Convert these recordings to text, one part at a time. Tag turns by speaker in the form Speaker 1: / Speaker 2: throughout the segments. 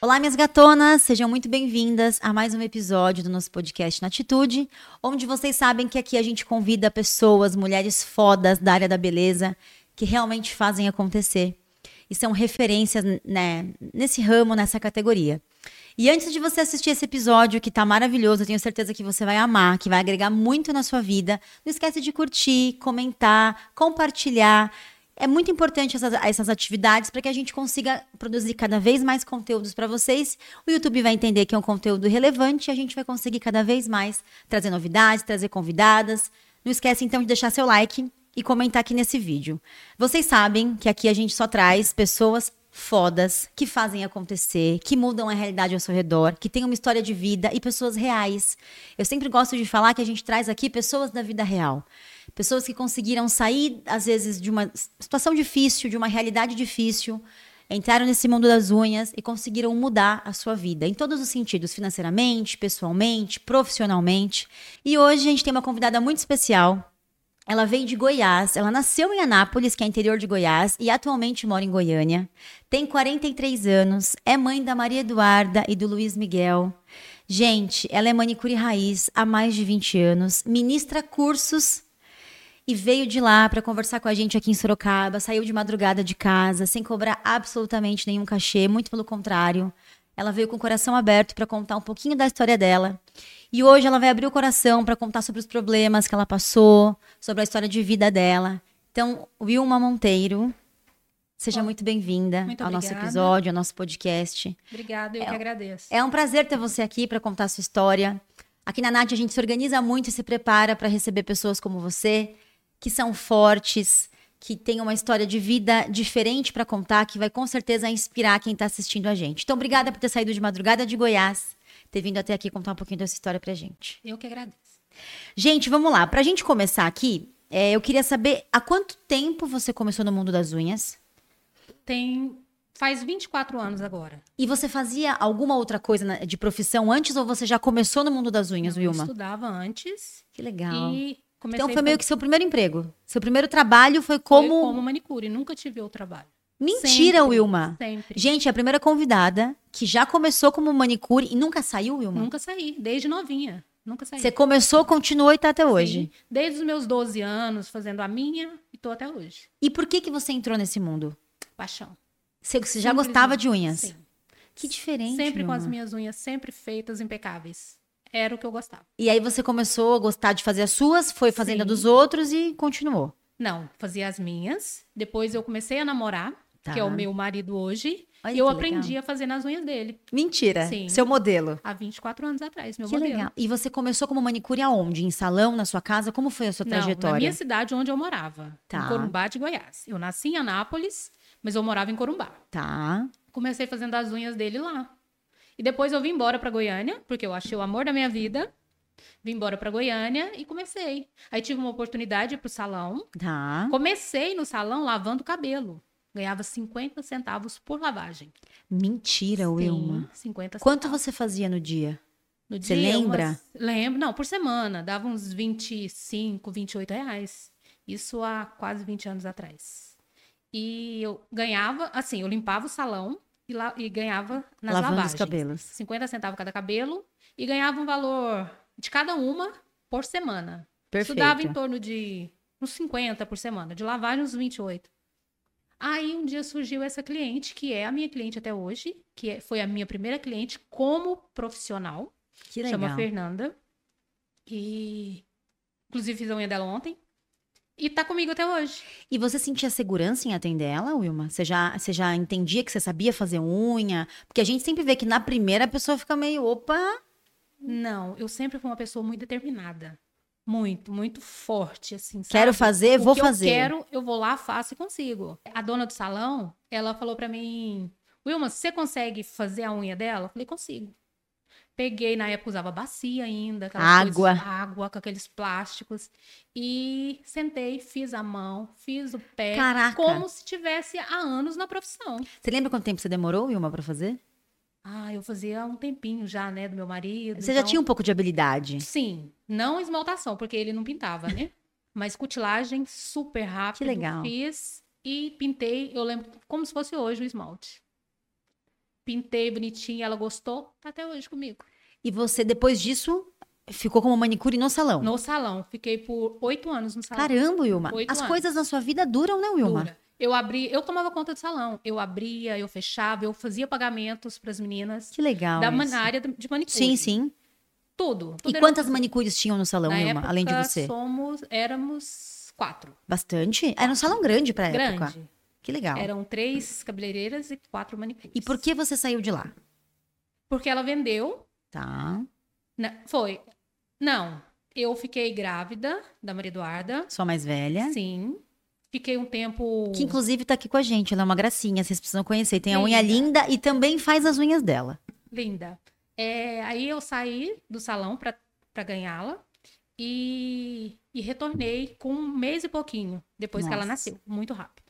Speaker 1: Olá, minhas gatonas, sejam muito bem-vindas a mais um episódio do nosso podcast Na Atitude, onde vocês sabem que aqui a gente convida pessoas, mulheres fodas da área da beleza, que realmente fazem acontecer e são referências né, nesse ramo, nessa categoria. E antes de você assistir esse episódio, que tá maravilhoso, eu tenho certeza que você vai amar, que vai agregar muito na sua vida, não esquece de curtir, comentar, compartilhar. É muito importante essas, essas atividades para que a gente consiga produzir cada vez mais conteúdos para vocês. O YouTube vai entender que é um conteúdo relevante e a gente vai conseguir cada vez mais trazer novidades, trazer convidadas. Não esquece então de deixar seu like e comentar aqui nesse vídeo. Vocês sabem que aqui a gente só traz pessoas fodas que fazem acontecer, que mudam a realidade ao seu redor, que têm uma história de vida e pessoas reais. Eu sempre gosto de falar que a gente traz aqui pessoas da vida real pessoas que conseguiram sair, às vezes, de uma situação difícil, de uma realidade difícil, entraram nesse mundo das unhas e conseguiram mudar a sua vida, em todos os sentidos, financeiramente, pessoalmente, profissionalmente. E hoje a gente tem uma convidada muito especial. Ela veio de Goiás, ela nasceu em Anápolis, que é interior de Goiás, e atualmente mora em Goiânia. Tem 43 anos, é mãe da Maria Eduarda e do Luiz Miguel. Gente, ela é manicure raiz há mais de 20 anos, ministra cursos e veio de lá para conversar com a gente aqui em Sorocaba, saiu de madrugada de casa, sem cobrar absolutamente nenhum cachê, muito pelo contrário. Ela veio com o coração aberto para contar um pouquinho da história dela. E hoje ela vai abrir o coração para contar sobre os problemas que ela passou, sobre a história de vida dela. Então, Wilma Monteiro, seja Bom, muito bem-vinda ao obrigada. nosso episódio, ao nosso podcast.
Speaker 2: Obrigada, eu é, que agradeço.
Speaker 1: É um prazer ter você aqui para contar a sua história. Aqui na NAT a gente se organiza muito e se prepara para receber pessoas como você, que são fortes, que têm uma história de vida diferente para contar, que vai com certeza inspirar quem está assistindo a gente. Então, obrigada por ter saído de madrugada de Goiás, ter vindo até aqui contar um pouquinho dessa história para gente.
Speaker 2: Eu que agradeço.
Speaker 1: Gente, vamos lá. Para a gente começar aqui, é, eu queria saber há quanto tempo você começou no mundo das unhas?
Speaker 2: Tem. Faz 24 anos agora.
Speaker 1: E você fazia alguma outra coisa de profissão antes ou você já começou no mundo das unhas,
Speaker 2: Não,
Speaker 1: Wilma?
Speaker 2: Eu estudava antes.
Speaker 1: Que legal.
Speaker 2: E Comecei
Speaker 1: então foi meio que seu primeiro emprego. Seu primeiro trabalho foi como.
Speaker 2: Foi como manicure, nunca tive outro trabalho.
Speaker 1: Mentira,
Speaker 2: sempre,
Speaker 1: Wilma.
Speaker 2: Sempre.
Speaker 1: Gente, é a primeira convidada que já começou como manicure e nunca saiu, Wilma?
Speaker 2: Nunca saí, desde novinha. Nunca saí.
Speaker 1: Você começou, continuou e tá até hoje.
Speaker 2: Sim, desde os meus 12 anos, fazendo a minha e tô até hoje.
Speaker 1: E por que que você entrou nesse mundo?
Speaker 2: Paixão.
Speaker 1: Você, você já gostava de unhas?
Speaker 2: Sim.
Speaker 1: Que diferente.
Speaker 2: Sempre
Speaker 1: Wilma.
Speaker 2: com as minhas unhas sempre feitas, impecáveis era o que eu gostava.
Speaker 1: E aí você começou a gostar de fazer as suas, foi fazendo Sim. a dos outros e continuou.
Speaker 2: Não, fazia as minhas. Depois eu comecei a namorar,
Speaker 1: Tá.
Speaker 2: que é o meu marido hoje.
Speaker 1: Olha
Speaker 2: e eu
Speaker 1: que
Speaker 2: aprendi
Speaker 1: legal.
Speaker 2: a fazer nas unhas dele,
Speaker 1: Mentira.
Speaker 2: Sim.
Speaker 1: Seu modelo.
Speaker 2: há 24 anos atrás, meu
Speaker 1: Que
Speaker 2: modelo.
Speaker 1: legal. E você começou como manicure aonde? Em salão, na sua casa? Como foi a sua
Speaker 2: Não,
Speaker 1: trajetória?
Speaker 2: na minha cidade onde eu morava,
Speaker 1: Tá.
Speaker 2: em Corumbá de Goiás. Eu nasci em Anápolis, mas eu morava em Corumbá.
Speaker 1: Tá.
Speaker 2: Comecei fazendo as unhas dele lá. E depois eu vim embora pra Goiânia, porque eu achei o amor da minha vida. Vim embora pra Goiânia e comecei. Aí tive uma oportunidade pro salão,
Speaker 1: Tá.
Speaker 2: Comecei no salão lavando cabelo. Ganhava 50 centavos por lavagem.
Speaker 1: Mentira, Wilma.
Speaker 2: Sim, 50
Speaker 1: Quanto
Speaker 2: centavos.
Speaker 1: você fazia no dia?
Speaker 2: No
Speaker 1: você
Speaker 2: dia,
Speaker 1: lembra?
Speaker 2: umas- Lembro, não, por semana. Dava uns 25, 28 reais. Isso há quase 20 anos atrás. E eu ganhava, assim, eu limpava o salão e, la- e ganhava nas
Speaker 1: lavando
Speaker 2: lavagens.
Speaker 1: os cabelos.
Speaker 2: 50 centavos cada cabelo. E ganhava um valor de cada uma por semana.
Speaker 1: Perfeito.
Speaker 2: Estudava em torno de uns 50 por semana, de lavagem uns 28. Aí um dia surgiu essa cliente, que é a minha cliente até hoje, que é- foi a minha primeira cliente como profissional,
Speaker 1: Que legal.
Speaker 2: chama Fernanda. E inclusive fiz a unha dela ontem. E tá comigo até hoje.
Speaker 1: E você sentia segurança em atender ela, Wilma? Você já, você já entendia que você sabia fazer unha? Porque a gente sempre vê que na primeira a pessoa fica meio, opa,
Speaker 2: Não, eu sempre fui uma pessoa muito determinada. Muito, muito forte, assim, sabe?
Speaker 1: quero fazer,
Speaker 2: O
Speaker 1: vou
Speaker 2: que
Speaker 1: fazer.
Speaker 2: Eu quero, eu vou lá, faço e consigo. A dona do salão, ela falou pra mim: Wilma, você consegue fazer a unha dela? Eu falei: consigo. Peguei, na época usava bacia ainda, aquelas
Speaker 1: Água.
Speaker 2: coisas- água com aqueles plásticos. E sentei, fiz a mão, fiz o pé,
Speaker 1: Caraca.
Speaker 2: como se tivesse há anos na profissão.
Speaker 1: Você lembra quanto tempo você demorou, Wilma, pra fazer?
Speaker 2: Ah, eu fazia há um tempinho já, né, do meu marido.
Speaker 1: Você já
Speaker 2: então-
Speaker 1: tinha um pouco de habilidade.
Speaker 2: Sim, não esmaltação, porque ele não pintava, né? Mas cutilagem super rápido.
Speaker 1: Que legal.
Speaker 2: Fiz e pintei, eu lembro como se fosse hoje o esmalte. um pintei bonitinha, ela gostou, tá até hoje comigo.
Speaker 1: E você, depois disso, ficou como manicure no salão?
Speaker 2: No salão, fiquei por oito anos no salão.
Speaker 1: Caramba, Wilma.
Speaker 2: Oito
Speaker 1: As
Speaker 2: anos.
Speaker 1: coisas na sua vida duram, né, Wilma?
Speaker 2: Dura. Eu abri, eu tomava conta do salão. Eu abria, eu fechava, eu fazia pagamentos pras meninas
Speaker 1: Que legal.
Speaker 2: da ma-
Speaker 1: isso.
Speaker 2: na área de manicure.
Speaker 1: Sim, sim.
Speaker 2: Tudo. tudo
Speaker 1: E
Speaker 2: era-
Speaker 1: quantas manicures tinham no salão,
Speaker 2: na
Speaker 1: Wilma,
Speaker 2: época,
Speaker 1: além de você?
Speaker 2: Somos, éramos quatro.
Speaker 1: Bastante? Era um salão grande pra época.
Speaker 2: Grande.
Speaker 1: Que legal.
Speaker 2: Eram três cabeleireiras e quatro manicures.
Speaker 1: E por que você saiu de lá?
Speaker 2: Porque ela vendeu
Speaker 1: Tá.
Speaker 2: Na- foi. Não. Eu fiquei grávida da Maria Eduarda.
Speaker 1: Sua mais velha.
Speaker 2: Sim. Fiquei um tempo.
Speaker 1: É? Que inclusive tá aqui com a gente, ela é uma gracinha, vocês precisam conhecer. Tem a
Speaker 2: Linda.
Speaker 1: unha linda e também faz as unhas dela.
Speaker 2: Linda. É, aí eu saí do salão para ganhá-la e, e retornei com um mês e pouquinho depois que ela
Speaker 1: Nossa.
Speaker 2: nasceu. Muito rápido.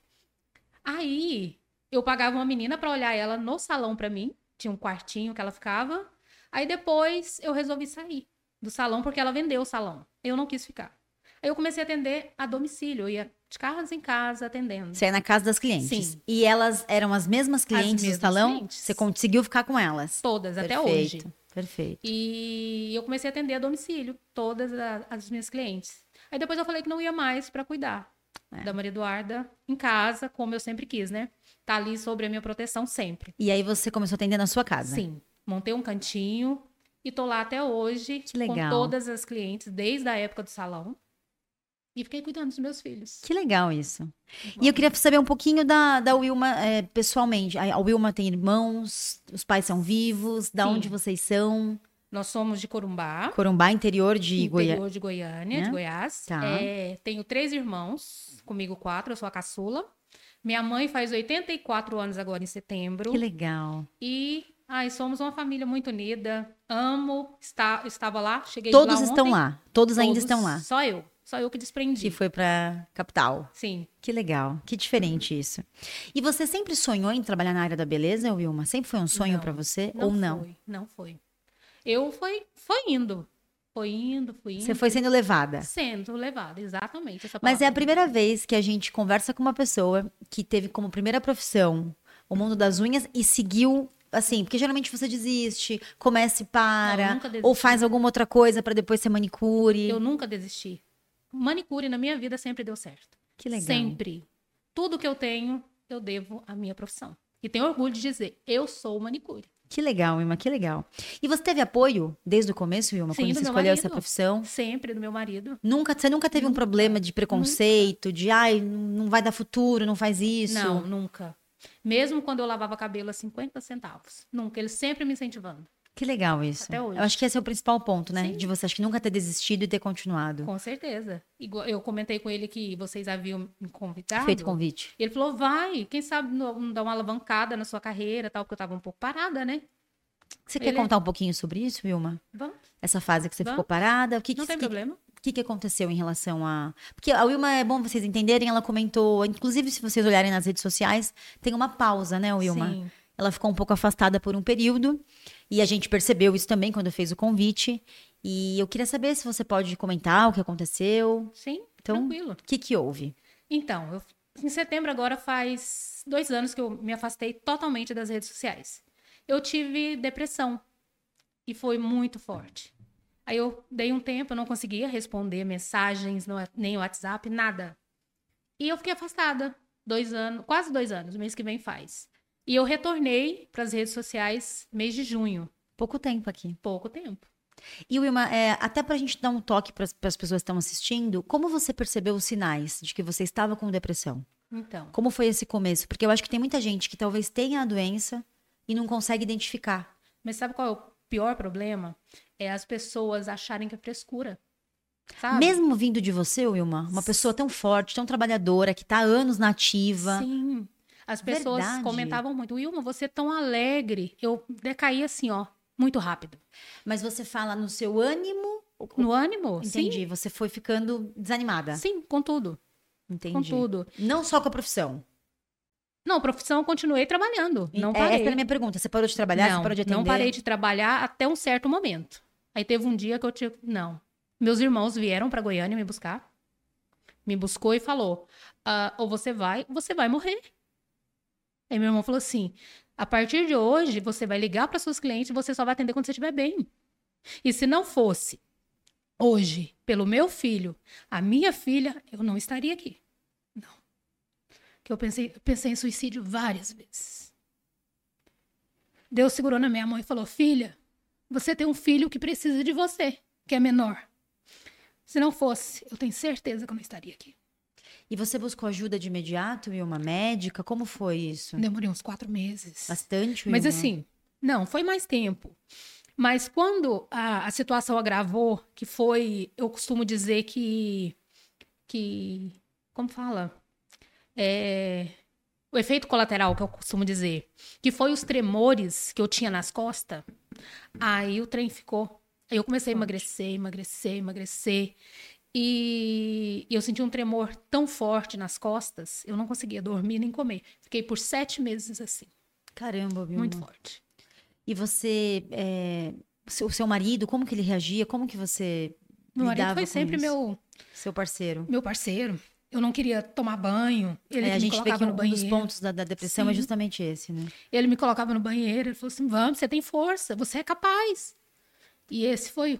Speaker 2: Aí eu pagava uma menina para olhar ela no salão para mim. Tinha um quartinho que ela ficava. Aí depois eu resolvi sair do salão porque ela vendeu o salão. Eu não quis ficar. Aí eu comecei a atender a domicílio. Eu ia de casa em casa atendendo.
Speaker 1: Você é na casa das clientes.
Speaker 2: Sim.
Speaker 1: E elas eram as mesmas clientes
Speaker 2: mesmas
Speaker 1: do salão?
Speaker 2: clientes.
Speaker 1: Você conseguiu ficar com elas?
Speaker 2: Todas, até hoje.
Speaker 1: Perfeito, Perfeito.
Speaker 2: E eu comecei a atender a domicílio todas a- as minhas clientes. Aí depois eu falei que não ia mais para cuidar né,
Speaker 1: É.
Speaker 2: da Maria Eduarda em casa, como eu sempre quis, né? Tá ali sobre a minha proteção sempre.
Speaker 1: E aí você começou a atender na sua casa?
Speaker 2: Sim, montei um cantinho e tô lá até hoje
Speaker 1: Que legal.
Speaker 2: com todas as clientes desde a época do salão. E fiquei cuidando dos meus filhos.
Speaker 1: Que legal isso. E eu queria saber um pouquinho da, da Wilma é, pessoalmente. A a Wilma tem irmãos, os pais são vivos, da
Speaker 2: Sim.
Speaker 1: onde vocês são?
Speaker 2: Nós somos de Corumbá,
Speaker 1: Corumbá, interior de Goiás.
Speaker 2: interior de Goiânia,
Speaker 1: Né?
Speaker 2: de Goiás.
Speaker 1: Tá.
Speaker 2: É, tenho três irmãos, comigo quatro, eu sou a caçula. Minha mãe faz 84 anos agora em setembro.
Speaker 1: Que legal.
Speaker 2: E ai, somos uma família muito unida. Amo, está, estava lá, cheguei de
Speaker 1: Todos
Speaker 2: lá
Speaker 1: estão
Speaker 2: ontem.
Speaker 1: lá, todos, ainda
Speaker 2: Todos,
Speaker 1: estão lá.
Speaker 2: Só eu, só eu que
Speaker 1: Que
Speaker 2: desprendi.
Speaker 1: foi pra capital.
Speaker 2: Sim,
Speaker 1: Que legal, que diferente isso. E você sempre sonhou em trabalhar na área da beleza, Wilma? Sempre foi um sonho
Speaker 2: Não,
Speaker 1: pra você
Speaker 2: não
Speaker 1: ou não?
Speaker 2: foi, não foi. Eu foi, foi indo, foi indo, fui indo.
Speaker 1: Você foi sendo levada.
Speaker 2: sendo levada, exatamente essa
Speaker 1: Mas é a
Speaker 2: palavra.
Speaker 1: primeira vez que a gente conversa com uma pessoa que teve como primeira profissão o mundo das unhas e seguiu assim, porque geralmente você desiste, começa e
Speaker 2: Não, eu
Speaker 1: para,
Speaker 2: nunca desisti.
Speaker 1: ou faz alguma outra coisa pra depois ser manicure.
Speaker 2: Eu nunca desisti. Manicure na minha vida sempre deu certo.
Speaker 1: Que legal.
Speaker 2: Sempre. Tudo que eu tenho, eu devo à minha profissão. E tenho orgulho de dizer, eu sou manicure.
Speaker 1: Que legal, Wilma, que legal. E você teve apoio desde o começo, Wilma,
Speaker 2: Sim,
Speaker 1: quando
Speaker 2: do
Speaker 1: você
Speaker 2: meu
Speaker 1: escolheu essa
Speaker 2: marido.
Speaker 1: profissão?
Speaker 2: Sempre do meu marido.
Speaker 1: Nunca, você nunca teve um problema de preconceito, de ai, não vai dar futuro, não faz isso.
Speaker 2: Não, nunca. Mesmo quando eu lavava cabelo a 50 centavos. Nunca. Ele sempre me incentivando.
Speaker 1: Que legal isso.
Speaker 2: Até hoje.
Speaker 1: Eu acho que esse é o principal ponto, né?
Speaker 2: Sim.
Speaker 1: De você acho que nunca ter desistido e ter continuado.
Speaker 2: Com certeza. Igual- Eu comentei com ele que vocês haviam me convidado.
Speaker 1: Feito convite.
Speaker 2: Ele falou, vai, quem sabe não não dá uma alavancada na sua carreira, tal, porque eu tava um pouco parada, né?
Speaker 1: Você quer
Speaker 2: Ele-
Speaker 1: contar um pouquinho sobre isso, Wilma?
Speaker 2: Vamos,
Speaker 1: Essa fase que você
Speaker 2: Vamos.
Speaker 1: ficou parada? O que, que,
Speaker 2: não tem
Speaker 1: que,
Speaker 2: problema.
Speaker 1: que que aconteceu em relação a. Porque a Wilma é bom vocês entenderem, ela comentou, inclusive se vocês olharem nas redes sociais, tem uma pausa, né, Wilma?
Speaker 2: Sim.
Speaker 1: Ela ficou um pouco afastada por um período e a gente percebeu isso também quando fez o convite. E eu queria saber se você pode comentar o que aconteceu,
Speaker 2: Sim,
Speaker 1: Então-
Speaker 2: tranquilo.
Speaker 1: o que, que houve.
Speaker 2: Então, eu- em setembro agora faz dois anos que eu me afastei totalmente das redes sociais. Eu tive depressão e foi muito forte. Aí eu dei um tempo, eu não conseguia responder mensagens, não é- nem WhatsApp, nada. E eu fiquei afastada dois anos, quase dois anos, mês que vem faz. E eu retornei para as redes sociais mês de junho,
Speaker 1: Pouco tempo aqui.
Speaker 2: pouco tempo.
Speaker 1: E Wilma, é, até pra gente dar um toque para as pessoas que estão assistindo, como você percebeu os sinais de que você estava com depressão?
Speaker 2: Então,
Speaker 1: Como foi esse começo? Porque eu acho que tem muita gente que talvez tenha a doença e não consegue identificar.
Speaker 2: mas sabe qual é o pior problema? É as pessoas acharem que é frescura. Sabe?
Speaker 1: Mesmo vindo de você, Wilma, uma pessoa tão forte, tão trabalhadora, que tá há anos na ativa.
Speaker 2: Sim. As pessoas
Speaker 1: Verdade.
Speaker 2: comentavam muito, Wilma, você é tão alegre. Eu decaí assim, ó, muito rápido.
Speaker 1: Mas você fala no seu ânimo.
Speaker 2: No ânimo,
Speaker 1: Entendi. Você foi ficando desanimada.
Speaker 2: sim. Sim, com tudo, com
Speaker 1: Entendi.
Speaker 2: tudo.
Speaker 1: Não só com a profissão.
Speaker 2: Não, profissão, eu continuei trabalhando. Não
Speaker 1: É,
Speaker 2: parei.
Speaker 1: Essa era a minha pergunta. Você parou de trabalhar? você
Speaker 2: não,
Speaker 1: parou de atender?
Speaker 2: não parei de trabalhar até um certo momento. Aí teve um dia que eu tive. Não. Meus irmãos vieram pra Goiânia me buscar. Me buscou e falou: "Ah, ou você vai, ou você vai morrer. Aí meu irmão falou assim: a partir de hoje, você vai ligar para seus clientes e você só vai atender quando você estiver bem. E se não fosse hoje, pelo meu filho, a minha filha, eu não estaria aqui. Não. Que eu pensei, eu pensei em suicídio várias vezes. Deus segurou na minha mão e falou: Filha, você tem um filho que precisa de você, que é menor. Se não fosse, eu tenho certeza que eu não estaria aqui.
Speaker 1: E você buscou ajuda de imediato e uma médica? Como foi isso?
Speaker 2: Demorei uns quatro meses.
Speaker 1: Bastante,
Speaker 2: Mas
Speaker 1: Wilma?
Speaker 2: assim, não, foi mais tempo. Mas quando a, a situação agravou, que foi, eu costumo dizer que. que como fala? É, o efeito colateral, que eu costumo dizer, que foi os tremores que eu tinha nas costas, aí o trem ficou. Aí eu comecei a emagrecer, emagrecer, emagrecer. E eu senti um tremor tão forte nas costas, eu não conseguia dormir nem comer. Fiquei por sete meses assim,
Speaker 1: Caramba, Vilma.
Speaker 2: muito forte.
Speaker 1: E você, é, seu- o seu marido, como que ele reagia? Como que você
Speaker 2: Meu marido
Speaker 1: lidava
Speaker 2: foi
Speaker 1: com
Speaker 2: sempre
Speaker 1: isso?
Speaker 2: meu,
Speaker 1: Seu parceiro.
Speaker 2: meu parceiro. Eu não queria tomar banho. Ele
Speaker 1: É,
Speaker 2: que
Speaker 1: a gente
Speaker 2: me
Speaker 1: vê
Speaker 2: colocava
Speaker 1: que
Speaker 2: no
Speaker 1: um dos
Speaker 2: banheiro.
Speaker 1: pontos da, da depressão é
Speaker 2: Sim.
Speaker 1: justamente esse, né?
Speaker 2: Ele me colocava no banheiro. Ele falou assim: vamos, você tem força, você é capaz. E esse foi.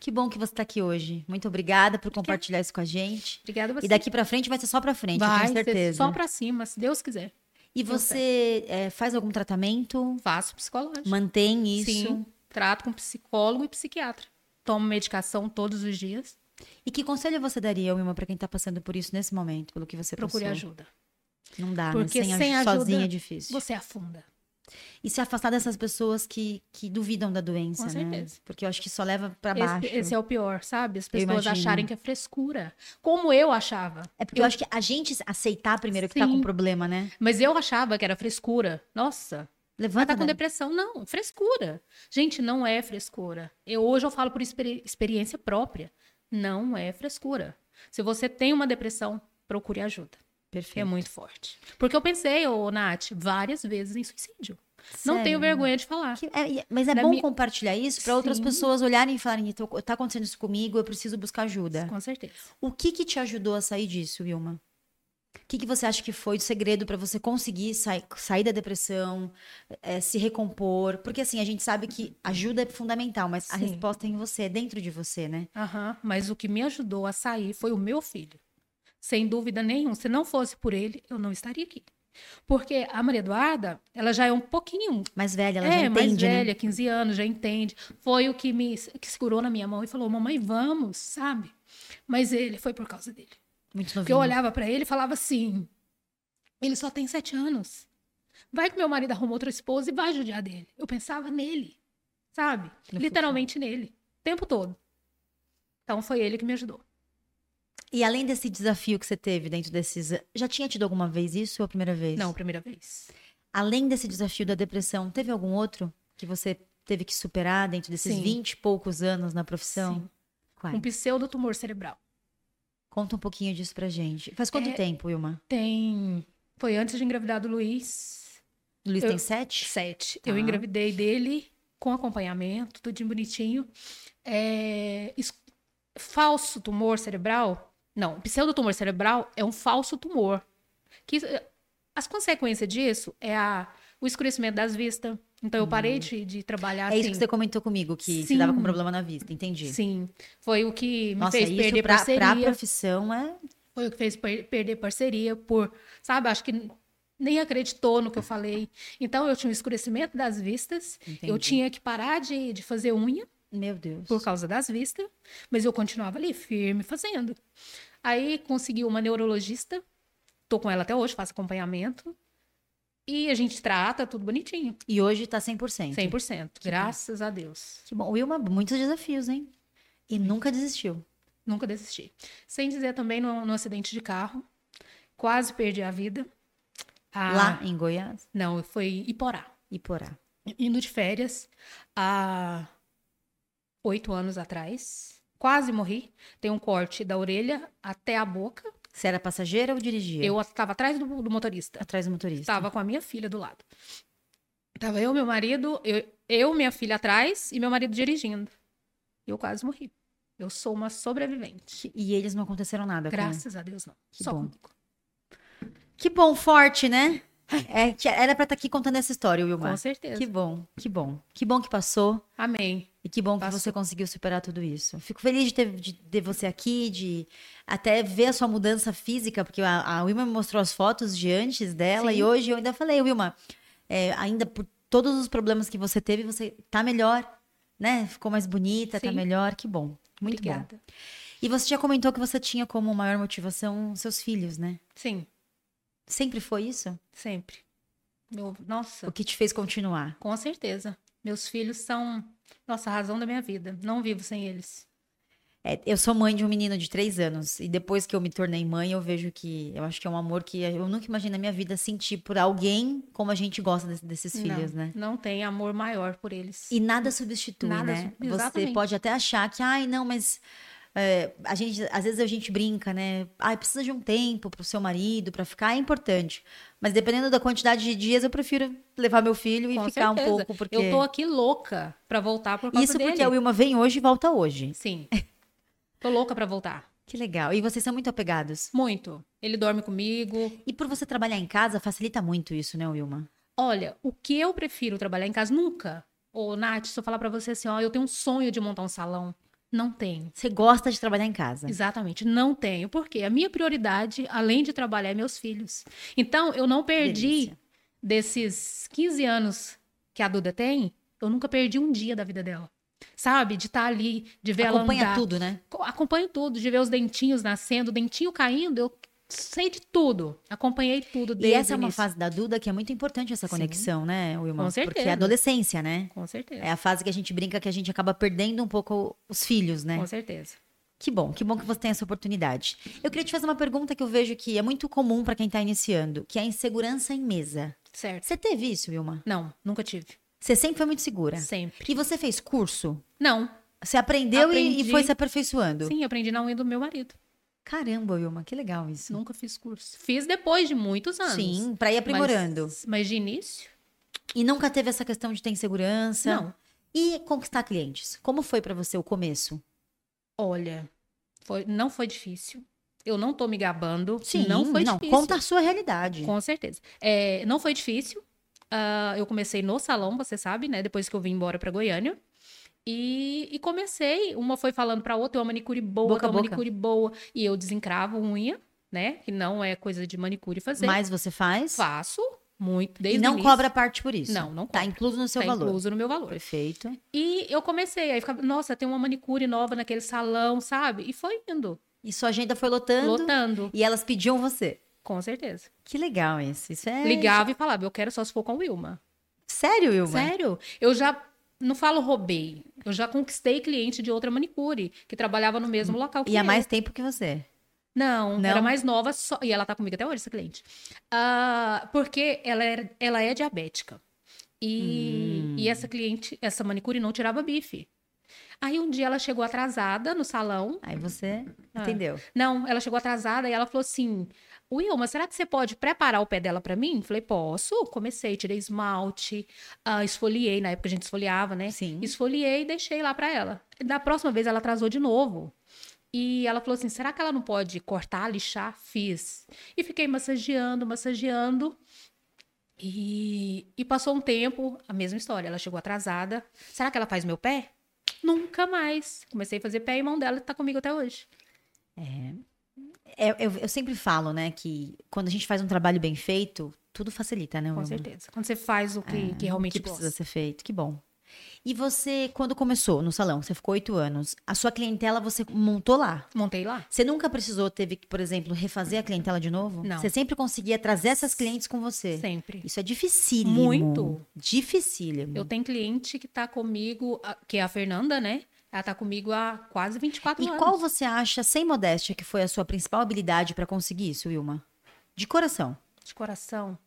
Speaker 1: Que bom que você tá aqui hoje. Muito obrigada por compartilhar isso com a gente.
Speaker 2: Obrigada a é você.
Speaker 1: E daqui pra frente vai ser só pra frente, eu
Speaker 2: vai
Speaker 1: tenho
Speaker 2: ser
Speaker 1: certeza.
Speaker 2: só pra cima, se Deus quiser.
Speaker 1: E você é, faz algum tratamento?
Speaker 2: Faço psicológico.
Speaker 1: Mantém isso?
Speaker 2: Sim, trato com psicólogo e psiquiatra. Tomo medicação todos os dias.
Speaker 1: E que conselho você daria, Wilma, pra quem tá passando por isso nesse momento, pelo que você
Speaker 2: Procure
Speaker 1: passou?
Speaker 2: ajuda.
Speaker 1: Não dá,
Speaker 2: Porque
Speaker 1: né? Sem,
Speaker 2: sem
Speaker 1: ajuda
Speaker 2: ajuda,
Speaker 1: sozinha é difícil.
Speaker 2: Você afunda.
Speaker 1: E se afastar dessas pessoas que, que duvidam da doença,
Speaker 2: Com
Speaker 1: né?
Speaker 2: certeza.
Speaker 1: Porque eu acho que só leva pra baixo.
Speaker 2: Esse, esse é o pior, sabe? As pessoas
Speaker 1: imagino.
Speaker 2: acharem que é frescura. Como eu achava.
Speaker 1: É porque eu... acho que a gente aceitar primeiro que tá
Speaker 2: Sim.
Speaker 1: com problema, né?
Speaker 2: Mas eu achava que era frescura. Nossa, ela
Speaker 1: Levanta.
Speaker 2: tá com
Speaker 1: Dani.
Speaker 2: depressão. Não, frescura. Gente, não é frescura. Eu, hoje eu falo por experi- experiência própria. Não é frescura. Se você tem uma depressão, procure ajuda. É
Speaker 1: Perfeito.
Speaker 2: muito forte. Porque eu pensei, ô Nath, várias vezes em suicídio. Não
Speaker 1: Sério,
Speaker 2: tenho
Speaker 1: né?
Speaker 2: vergonha de falar.
Speaker 1: Que- é, e- mas é
Speaker 2: Da
Speaker 1: bom
Speaker 2: minha-
Speaker 1: compartilhar isso pra outras
Speaker 2: Sim.
Speaker 1: pessoas olharem e falarem: "Então, tá acontecendo isso comigo, eu preciso buscar ajuda.
Speaker 2: Com certeza.
Speaker 1: O que que te ajudou a sair disso, Wilma? O que, que você acha que foi o segredo pra você conseguir sai- sair da depressão, eh, se recompor? Porque assim, a gente sabe que ajuda é fundamental, mas a
Speaker 2: Sim.
Speaker 1: resposta é em você, é dentro de você, né?
Speaker 2: Aham, mas o que me ajudou a sair foi o meu filho. Sem dúvida nenhuma. Se não fosse por ele, eu não estaria aqui. Porque a Maria Eduarda, ela já é um pouquinho.
Speaker 1: Mais velha, ela
Speaker 2: é,
Speaker 1: já entende,
Speaker 2: mais
Speaker 1: né?
Speaker 2: velha, 15 anos, já entende. Foi o que me que segurou na minha mão e falou: Mamãe, vamos, sabe? Mas ele foi por causa dele.
Speaker 1: Muito
Speaker 2: Porque eu
Speaker 1: novinho.
Speaker 2: olhava pra ele e falava assim: ele só tem sete anos. Vai que meu marido arrumou outra esposa e vai judiar dele. Eu pensava nele, sabe?
Speaker 1: No
Speaker 2: Literalmente nele, o tempo todo. Então foi ele que me ajudou.
Speaker 1: E além desse desafio que você teve dentro desses. Já tinha tido alguma vez isso ou a primeira vez?
Speaker 2: Não, primeira vez.
Speaker 1: Além desse desafio da depressão, teve algum outro que você teve que superar dentro desses
Speaker 2: Sim.
Speaker 1: 20 e poucos anos na profissão?
Speaker 2: Sim.
Speaker 1: Quais?
Speaker 2: Um pseudotumor cerebral.
Speaker 1: Conta um pouquinho disso pra gente. Faz quanto
Speaker 2: É-
Speaker 1: tempo, Wilma?
Speaker 2: Tem. Foi antes de engravidar do Luiz,
Speaker 1: O Luiz
Speaker 2: Eu-
Speaker 1: tem 7?
Speaker 2: sete.
Speaker 1: Tá.
Speaker 2: Eu engravidei dele com acompanhamento, tudinho bonitinho. É, es- Falso tumor cerebral? Não, pseudotumor cerebral é um falso tumor. Que isso- as consequências disso é a- o escurecimento das vistas. Então eu parei de, de trabalhar
Speaker 1: É isso
Speaker 2: assim.
Speaker 1: que você comentou comigo, que você
Speaker 2: Sim.
Speaker 1: tava com problema na vista, entendi.
Speaker 2: Sim, foi o que me
Speaker 1: Nossa,
Speaker 2: fez
Speaker 1: isso
Speaker 2: perder
Speaker 1: pra, pra
Speaker 2: parceria.
Speaker 1: profissão é.
Speaker 2: Foi o que fez per- perder parceria por, sabe, acho que n- nem acreditou no que eu falei. Então eu tinha um escurecimento das vistas, eu
Speaker 1: Entendi.
Speaker 2: tinha que parar de, de fazer unha
Speaker 1: Meu Deus.
Speaker 2: por causa das vistas, mas eu continuava ali firme fazendo. Aí consegui uma neurologista, tô com ela até hoje, faço acompanhamento. E a gente trata tudo bonitinho,
Speaker 1: E hoje tá 100%.
Speaker 2: 100%, graças a Deus.
Speaker 1: Que bom. Wilma, muitos desafios, hein? E nunca desistiu.
Speaker 2: Nunca desisti. Sem dizer também no, no acidente de carro, quase perdi a vida. Ah,
Speaker 1: Lá em Goiás
Speaker 2: Não, foi Iporá.
Speaker 1: e Porá.
Speaker 2: Indo de férias há oito anos atrás. Quase morri. Tem um corte da orelha até a boca.
Speaker 1: Você era passageira ou dirigia?
Speaker 2: Eu estava atrás do, do motorista.
Speaker 1: Atrás do motorista.
Speaker 2: Estava com a minha filha do lado. Tava eu, meu marido, eu, eu, minha filha atrás e meu marido dirigindo. Eu quase morri. Eu sou uma sobrevivente.
Speaker 1: Que- E eles não aconteceram nada. com-
Speaker 2: Graças a Deus, não.
Speaker 1: Que
Speaker 2: Só
Speaker 1: bom.
Speaker 2: comigo.
Speaker 1: Que bom, forte, né? É, tia, era pra estar aqui contando essa história, Wilmar.
Speaker 2: Com certeza.
Speaker 1: Que bom, que bom. Que bom que passou
Speaker 2: Amém.
Speaker 1: e que bom que
Speaker 2: Passou.
Speaker 1: você conseguiu superar tudo isso. Fico feliz de ter de, ter você aqui, de até ver a sua mudança física, porque a, a Wilma me mostrou as fotos de antes dela
Speaker 2: Sim.
Speaker 1: e hoje eu ainda falei, Wilma, é, ainda por todos os problemas que você teve, você tá melhor, né? Ficou mais bonita, tá
Speaker 2: Sim.
Speaker 1: melhor. Que bom. Muito bom.
Speaker 2: Obrigada.
Speaker 1: E você já comentou que você tinha como maior motivação seus filhos, né?
Speaker 2: Sim,
Speaker 1: Sempre foi isso?
Speaker 2: sempre. Meu, nossa,
Speaker 1: O que te fez continuar?
Speaker 2: com certeza. Meus filhos são, nossa, a razão da minha vida. Não vivo sem eles.
Speaker 1: É, eu sou mãe de um menino de três anos e depois que eu me tornei mãe, eu vejo que eu acho que é um amor que eu nunca imaginei na minha vida sentir por alguém como a gente gosta des- desses filhos,
Speaker 2: não,
Speaker 1: né?
Speaker 2: Não tem amor maior por eles.
Speaker 1: E nada substitui,
Speaker 2: Nada
Speaker 1: né?
Speaker 2: su-
Speaker 1: Você
Speaker 2: exatamente.
Speaker 1: pode até achar que, ai, não, mas é, a gente, às vezes a gente brinca, né? Ai, precisa de um tempo pro seu marido, pra ficar, é importante. Mas dependendo da quantidade de dias, eu prefiro levar meu filho e
Speaker 2: Com
Speaker 1: ficar um
Speaker 2: certeza.
Speaker 1: pouco, porque...
Speaker 2: Eu tô aqui louca pra voltar por causa
Speaker 1: Isso
Speaker 2: dele.
Speaker 1: porque é a Wilma vem hoje e volta hoje.
Speaker 2: Sim. Tô louca pra voltar.
Speaker 1: Que legal. E vocês são muito apegados.
Speaker 2: Muito. Ele dorme comigo.
Speaker 1: E por você trabalhar em casa, facilita muito isso, né, Wilma?
Speaker 2: Olha, o que eu prefiro trabalhar em casa nunca. Ô, Nath, se eu falar pra você assim, ó, eu tenho um sonho de montar um salão. Não tenho.
Speaker 1: Você gosta de trabalhar em casa.
Speaker 2: Exatamente, não tenho. Porque a minha prioridade, além de trabalhar, é meus filhos. Então, eu não perdi
Speaker 1: Delícia.
Speaker 2: desses 15 anos que a Duda tem, eu nunca perdi um dia da vida dela. Sabe? De estar ali, de ver
Speaker 1: Acompanha
Speaker 2: ela andar.
Speaker 1: tudo, né?
Speaker 2: Co- Acompanho tudo, de ver os dentinhos nascendo, o dentinho caindo, eu sei de tudo. Acompanhei tudo
Speaker 1: E
Speaker 2: desde
Speaker 1: essa é
Speaker 2: o
Speaker 1: uma
Speaker 2: início.
Speaker 1: fase da Duda que é muito importante essa
Speaker 2: Sim.
Speaker 1: conexão, né, Wilma?
Speaker 2: Com certeza.
Speaker 1: Porque é adolescência, né?
Speaker 2: Com certeza.
Speaker 1: É a fase que a gente brinca que a gente acaba perdendo um pouco os filhos, né?
Speaker 2: Com certeza.
Speaker 1: Que bom, que bom que você tem essa oportunidade. Eu queria te fazer uma pergunta que eu vejo que é muito comum pra quem tá iniciando, que é a insegurança em mesa.
Speaker 2: Certo.
Speaker 1: Você teve isso, Wilma?
Speaker 2: Não, nunca tive.
Speaker 1: Você sempre foi muito segura.
Speaker 2: Sempre.
Speaker 1: E você fez curso?
Speaker 2: Não.
Speaker 1: Você aprendeu e, e
Speaker 2: Aprendi.
Speaker 1: foi se aperfeiçoando?
Speaker 2: Sim, aprendi na unha do meu marido.
Speaker 1: Caramba, Wilma, que legal isso.
Speaker 2: Nunca fiz curso. Fiz depois de muitos anos.
Speaker 1: Sim, pra ir aprimorando.
Speaker 2: Mas, mas de início?
Speaker 1: E nunca teve essa questão de ter insegurança?
Speaker 2: Não.
Speaker 1: E conquistar clientes? Como foi pra você o começo?
Speaker 2: Olha, foi, não foi difícil. Eu não tô me gabando.
Speaker 1: Sim,
Speaker 2: não foi
Speaker 1: não.
Speaker 2: difícil.
Speaker 1: Conta a sua realidade.
Speaker 2: Com certeza. É, não foi difícil. Ah, eu comecei no salão, você sabe, né? Depois que eu vim embora pra Goiânia. E, e comecei, uma foi falando pra outra, é uma manicure boa,
Speaker 1: Boca a
Speaker 2: outra
Speaker 1: boca.
Speaker 2: manicure boa. E eu desencravo unha, né? Que não é coisa de manicure fazer.
Speaker 1: Mas você faz
Speaker 2: Faço muito,
Speaker 1: e
Speaker 2: desde o
Speaker 1: não
Speaker 2: início.
Speaker 1: cobra parte por isso.
Speaker 2: Não, não
Speaker 1: Tá
Speaker 2: cobra.
Speaker 1: incluso no seu
Speaker 2: tá
Speaker 1: valor.
Speaker 2: incluso no meu valor.
Speaker 1: Perfeito.
Speaker 2: E eu comecei, aí ficava, nossa, tem uma manicure nova naquele salão, sabe? E foi indo,
Speaker 1: E sua agenda foi lotando
Speaker 2: lotando,
Speaker 1: e elas pediam você.
Speaker 2: com certeza.
Speaker 1: Que legal isso. Isso é.
Speaker 2: Ligava e falava, eu quero só se for com a Wilma.
Speaker 1: Sério, Wilma?
Speaker 2: Sério? Eu já não falo roubei, eu já conquistei cliente de outra manicure que trabalhava no mesmo local que
Speaker 1: E há
Speaker 2: eu.
Speaker 1: mais tempo que você.
Speaker 2: Não,
Speaker 1: Não?
Speaker 2: era mais nova só. E ela tá comigo até hoje, essa cliente. Ah, porque ela, era, ela é diabética. E,
Speaker 1: Hum.
Speaker 2: e essa cliente, essa manicure não tirava bife. Aí um dia ela chegou atrasada no salão.
Speaker 1: Aí você
Speaker 2: Ah.
Speaker 1: entendeu.
Speaker 2: Não, ela chegou atrasada e ela falou assim: Wilma, será que você pode preparar o pé dela pra mim? Falei, posso. Comecei, tirei esmalte, ah, esfoliei. Na época a gente esfoliava, né?
Speaker 1: Sim.
Speaker 2: Esfoliei e deixei lá pra ela. Da próxima vez ela atrasou de novo. E ela falou assim: será que ela não pode cortar, lixar? Fiz. E fiquei massageando, massageando. E, e passou um tempo, a mesma história. Ela chegou atrasada. Será que ela faz meu pé? Nunca mais. Comecei a fazer pé e mão dela tá comigo até hoje.
Speaker 1: É, eu, eu sempre falo, né, que quando a gente faz um trabalho bem feito, tudo facilita, né,
Speaker 2: Com
Speaker 1: Wilma?
Speaker 2: certeza. Quando você faz o que, que
Speaker 1: O
Speaker 2: realmente
Speaker 1: É, que
Speaker 2: gosta.
Speaker 1: precisa ser feito, que bom. E você, quando começou no salão, você ficou oito anos, a sua clientela você montou lá.
Speaker 2: Montei lá?
Speaker 1: Você nunca precisou, teve que, por exemplo, refazer a clientela de novo?
Speaker 2: Não.
Speaker 1: Você sempre conseguia trazer essas clientes com você.
Speaker 2: Sempre.
Speaker 1: Isso é dificílimo.
Speaker 2: Muito.
Speaker 1: Dificílimo.
Speaker 2: Eu tenho cliente que tá comigo, a- que é a Fernanda, né? Ela tá comigo há quase 24
Speaker 1: E
Speaker 2: anos.
Speaker 1: qual você acha, sem modéstia, que foi a sua principal habilidade pra conseguir isso, Wilma? De coração.
Speaker 2: De coração.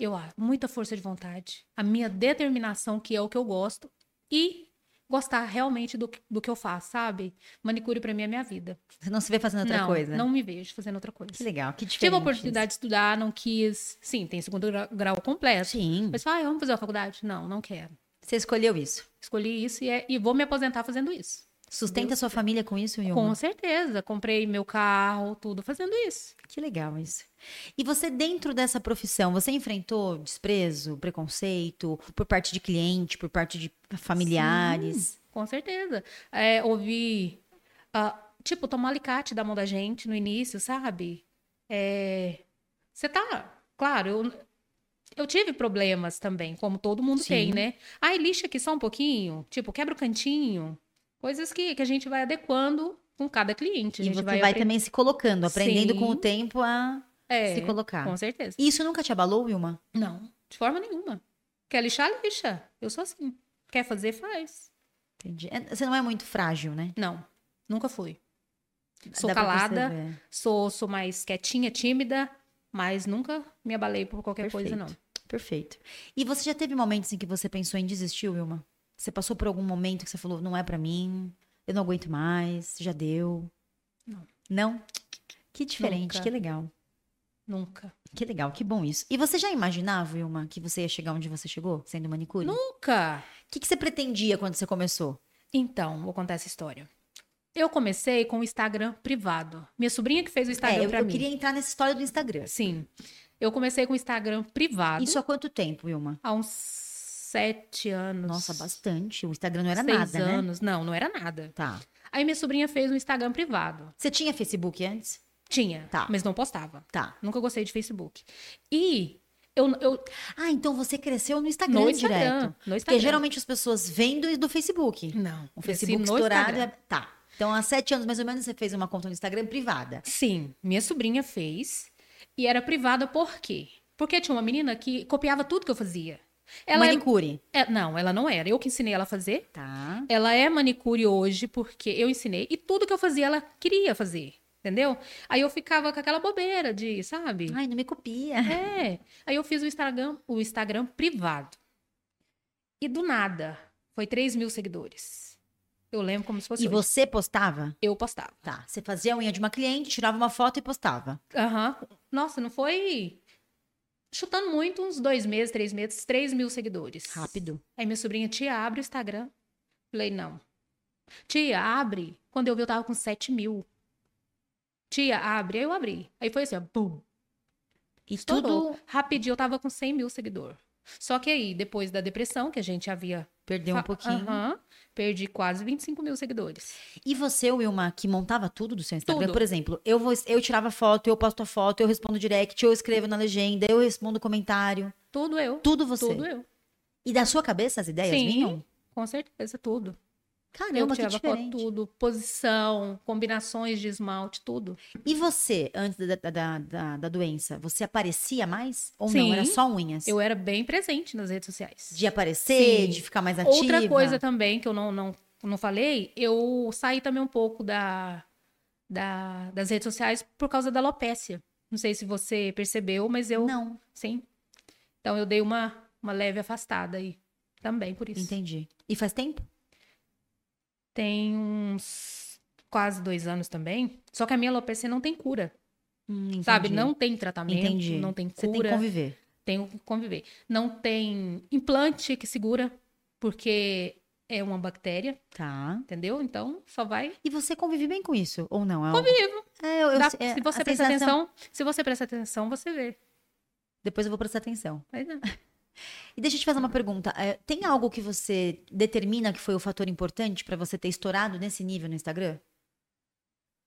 Speaker 2: Eu acho. Muita força de vontade. A minha determinação, que é o que eu gosto. E gostar realmente do, que- do que eu faço, sabe? Manicure pra mim é minha vida.
Speaker 1: Você não se vê fazendo outra
Speaker 2: não,
Speaker 1: coisa.
Speaker 2: não me vejo fazendo outra coisa.
Speaker 1: Que legal, que diferente.
Speaker 2: Tive a oportunidade de estudar, não quis. Sim, tem segundo gra- grau completo.
Speaker 1: Sim.
Speaker 2: Mas fala, ah, vamos fazer uma faculdade? Não, não quero.
Speaker 1: Você escolheu isso.
Speaker 2: Escolhi isso e, é- e vou me aposentar fazendo isso.
Speaker 1: Sustenta
Speaker 2: Deus
Speaker 1: sua família com isso, Yuma?
Speaker 2: Com certeza. Comprei meu carro, tudo fazendo isso.
Speaker 1: Que legal isso. E você, dentro dessa profissão, você enfrentou desprezo, preconceito, por parte de cliente, por parte de familiares?
Speaker 2: Com certeza. É, ouvi, ah, tipo, tomar alicate da mão da gente no início, sabe? É, Você tá. Claro, eu, eu tive problemas também, como todo mundo tem,
Speaker 1: Sim.
Speaker 2: né? Ai, lixa aqui só um pouquinho. Tipo, quebra o cantinho. Coisas que, que a gente vai adequando com cada cliente. A
Speaker 1: E
Speaker 2: gente
Speaker 1: você vai,
Speaker 2: vai, aprend-
Speaker 1: também se colocando, aprendendo com o
Speaker 2: Sim.
Speaker 1: tempo a
Speaker 2: É,
Speaker 1: se colocar.
Speaker 2: com certeza.
Speaker 1: E isso nunca te abalou, Wilma?
Speaker 2: Não, de forma nenhuma. Quer lixar, lixa. Eu sou assim. Quer fazer, faz.
Speaker 1: Entendi. É, Você não é muito frágil, né?
Speaker 2: Não, nunca fui. Sou
Speaker 1: Dá pra
Speaker 2: calada,
Speaker 1: perceber.
Speaker 2: Sou, sou mais quietinha, tímida, mas nunca me abalei por qualquer coisa, não.
Speaker 1: Perfeito. E você já teve momentos em que você pensou em desistir, Wilma? Você passou por algum momento que você falou, não é pra mim, eu não aguento mais, já deu?
Speaker 2: Não.
Speaker 1: Não? Que diferente,
Speaker 2: Nunca.
Speaker 1: que legal.
Speaker 2: Nunca.
Speaker 1: Que legal, que bom isso. E você já imaginava, Wilma, que você ia chegar onde você chegou, sendo manicure? O
Speaker 2: Nunca!
Speaker 1: que, que você pretendia quando você começou?
Speaker 2: Então, vou contar essa história. Eu comecei com o Instagram privado. Minha sobrinha que fez o Instagram
Speaker 1: é, eu,
Speaker 2: pra
Speaker 1: eu
Speaker 2: mim.
Speaker 1: queria entrar nessa história do Instagram.
Speaker 2: Sim. Eu comecei com o Instagram privado
Speaker 1: Isso há quanto tempo, Wilma?
Speaker 2: há uns sete anos.
Speaker 1: Nossa, bastante. O Instagram não era
Speaker 2: seis
Speaker 1: nada, né?
Speaker 2: anos. Não, não era nada.
Speaker 1: Tá.
Speaker 2: Aí minha sobrinha fez um Instagram privado.
Speaker 1: Você tinha Facebook antes?
Speaker 2: Tinha,
Speaker 1: Tá.
Speaker 2: mas não postava.
Speaker 1: Tá.
Speaker 2: Nunca gostei de Facebook. E eu, eu
Speaker 1: Ah, então você cresceu no Instagram
Speaker 2: no
Speaker 1: direto.
Speaker 2: Instagram, no
Speaker 1: Porque
Speaker 2: Instagram.
Speaker 1: geralmente as pessoas vêm do, do Facebook.
Speaker 2: Não.
Speaker 1: O
Speaker 2: cresci
Speaker 1: Facebook
Speaker 2: no
Speaker 1: estourado
Speaker 2: Instagram.
Speaker 1: é. Tá. Então, há sete anos mais ou menos, você fez uma conta no Instagram privada.
Speaker 2: Sim, minha sobrinha fez. E era privada por quê? Porque tinha uma menina que copiava tudo que eu fazia. Ela é-
Speaker 1: Manicure.
Speaker 2: é- não, ela não era. Eu que ensinei ela a fazer.
Speaker 1: Tá.
Speaker 2: Ela é manicure hoje porque eu ensinei e tudo que eu fazia ela queria fazer, entendeu? Aí eu ficava com aquela bobeira de, sabe?
Speaker 1: Ai, não me copia.
Speaker 2: É. Aí eu fiz o Instagram, o Instagram privado. E do nada, foi 3 mil seguidores. Eu lembro como se fosse
Speaker 1: E
Speaker 2: hoje.
Speaker 1: você postava?
Speaker 2: Eu postava.
Speaker 1: Tá. Você fazia a unha de uma cliente, tirava uma foto e postava.
Speaker 2: Aham. Nossa, não foi. Chutando muito, uns dois meses, três meses, três mil seguidores.
Speaker 1: Rápido.
Speaker 2: Aí minha sobrinha, tia, abre o Instagram. Falei, não. Tia, abre. Quando eu vi, eu tava com 7 mil. Tia, abre. Aí eu abri. Aí foi assim, ó, bum.
Speaker 1: E
Speaker 2: Estourou.
Speaker 1: tudo
Speaker 2: Rapidinho, eu tava com 100 mil seguidor. Só que aí, depois da depressão, que a gente havia...
Speaker 1: perdeu um
Speaker 2: fa-
Speaker 1: pouquinho.
Speaker 2: Aham, perdi quase 25 mil seguidores.
Speaker 1: E você, Wilma, que montava tudo do seu Instagram?
Speaker 2: Tudo.
Speaker 1: Por exemplo, eu, vou, eu tirava foto, eu posto a foto, eu respondo direct, eu escrevo na legenda, eu respondo comentário.
Speaker 2: Tudo eu.
Speaker 1: Tudo você.
Speaker 2: Tudo eu.
Speaker 1: E da sua cabeça as ideias
Speaker 2: Sim,
Speaker 1: vinham?
Speaker 2: com certeza, tudo. Eu
Speaker 1: Caramba, que
Speaker 2: tirava foto,
Speaker 1: diferente.
Speaker 2: tudo, posição, combinações de esmalte, tudo.
Speaker 1: E você, antes da, da- da, da, da doença, você aparecia mais? Ou não?
Speaker 2: Sim.
Speaker 1: Era só unhas?
Speaker 2: Eu era bem presente nas redes sociais.
Speaker 1: De aparecer,
Speaker 2: Sim.
Speaker 1: de ficar mais ativa?
Speaker 2: Outra coisa também que eu não, não, não falei, eu saí também um pouco da, da- das redes sociais por causa da alopécia. Não sei se você percebeu, mas eu.
Speaker 1: Não,
Speaker 2: Sim. Então eu dei uma, uma leve afastada aí. Também por isso.
Speaker 1: entendi. E faz tempo?
Speaker 2: Tem uns quase dois anos também. Só que a minha alopecia não tem cura.
Speaker 1: Hum,
Speaker 2: Sabe?
Speaker 1: entendi.
Speaker 2: Não tem tratamento,
Speaker 1: Entendi.
Speaker 2: não tem
Speaker 1: Você tem que
Speaker 2: cura.
Speaker 1: conviver.
Speaker 2: tenho que conviver. Não tem implante que segura, porque é uma bactéria,
Speaker 1: Tá.
Speaker 2: entendeu? Então só vai.
Speaker 1: E você convive bem com isso, ou não? É algo-
Speaker 2: Convivo.
Speaker 1: É, eu- eu-
Speaker 2: Dá-
Speaker 1: é,
Speaker 2: se você
Speaker 1: a
Speaker 2: prestar
Speaker 1: sensação-
Speaker 2: atenção, se você prestar atenção, você vê.
Speaker 1: Depois eu vou prestar atenção.
Speaker 2: Mas, né?
Speaker 1: E deixa eu te fazer uma pergunta. é, tem algo que você determina que foi o fator importante pra você ter estourado nesse nível no Instagram?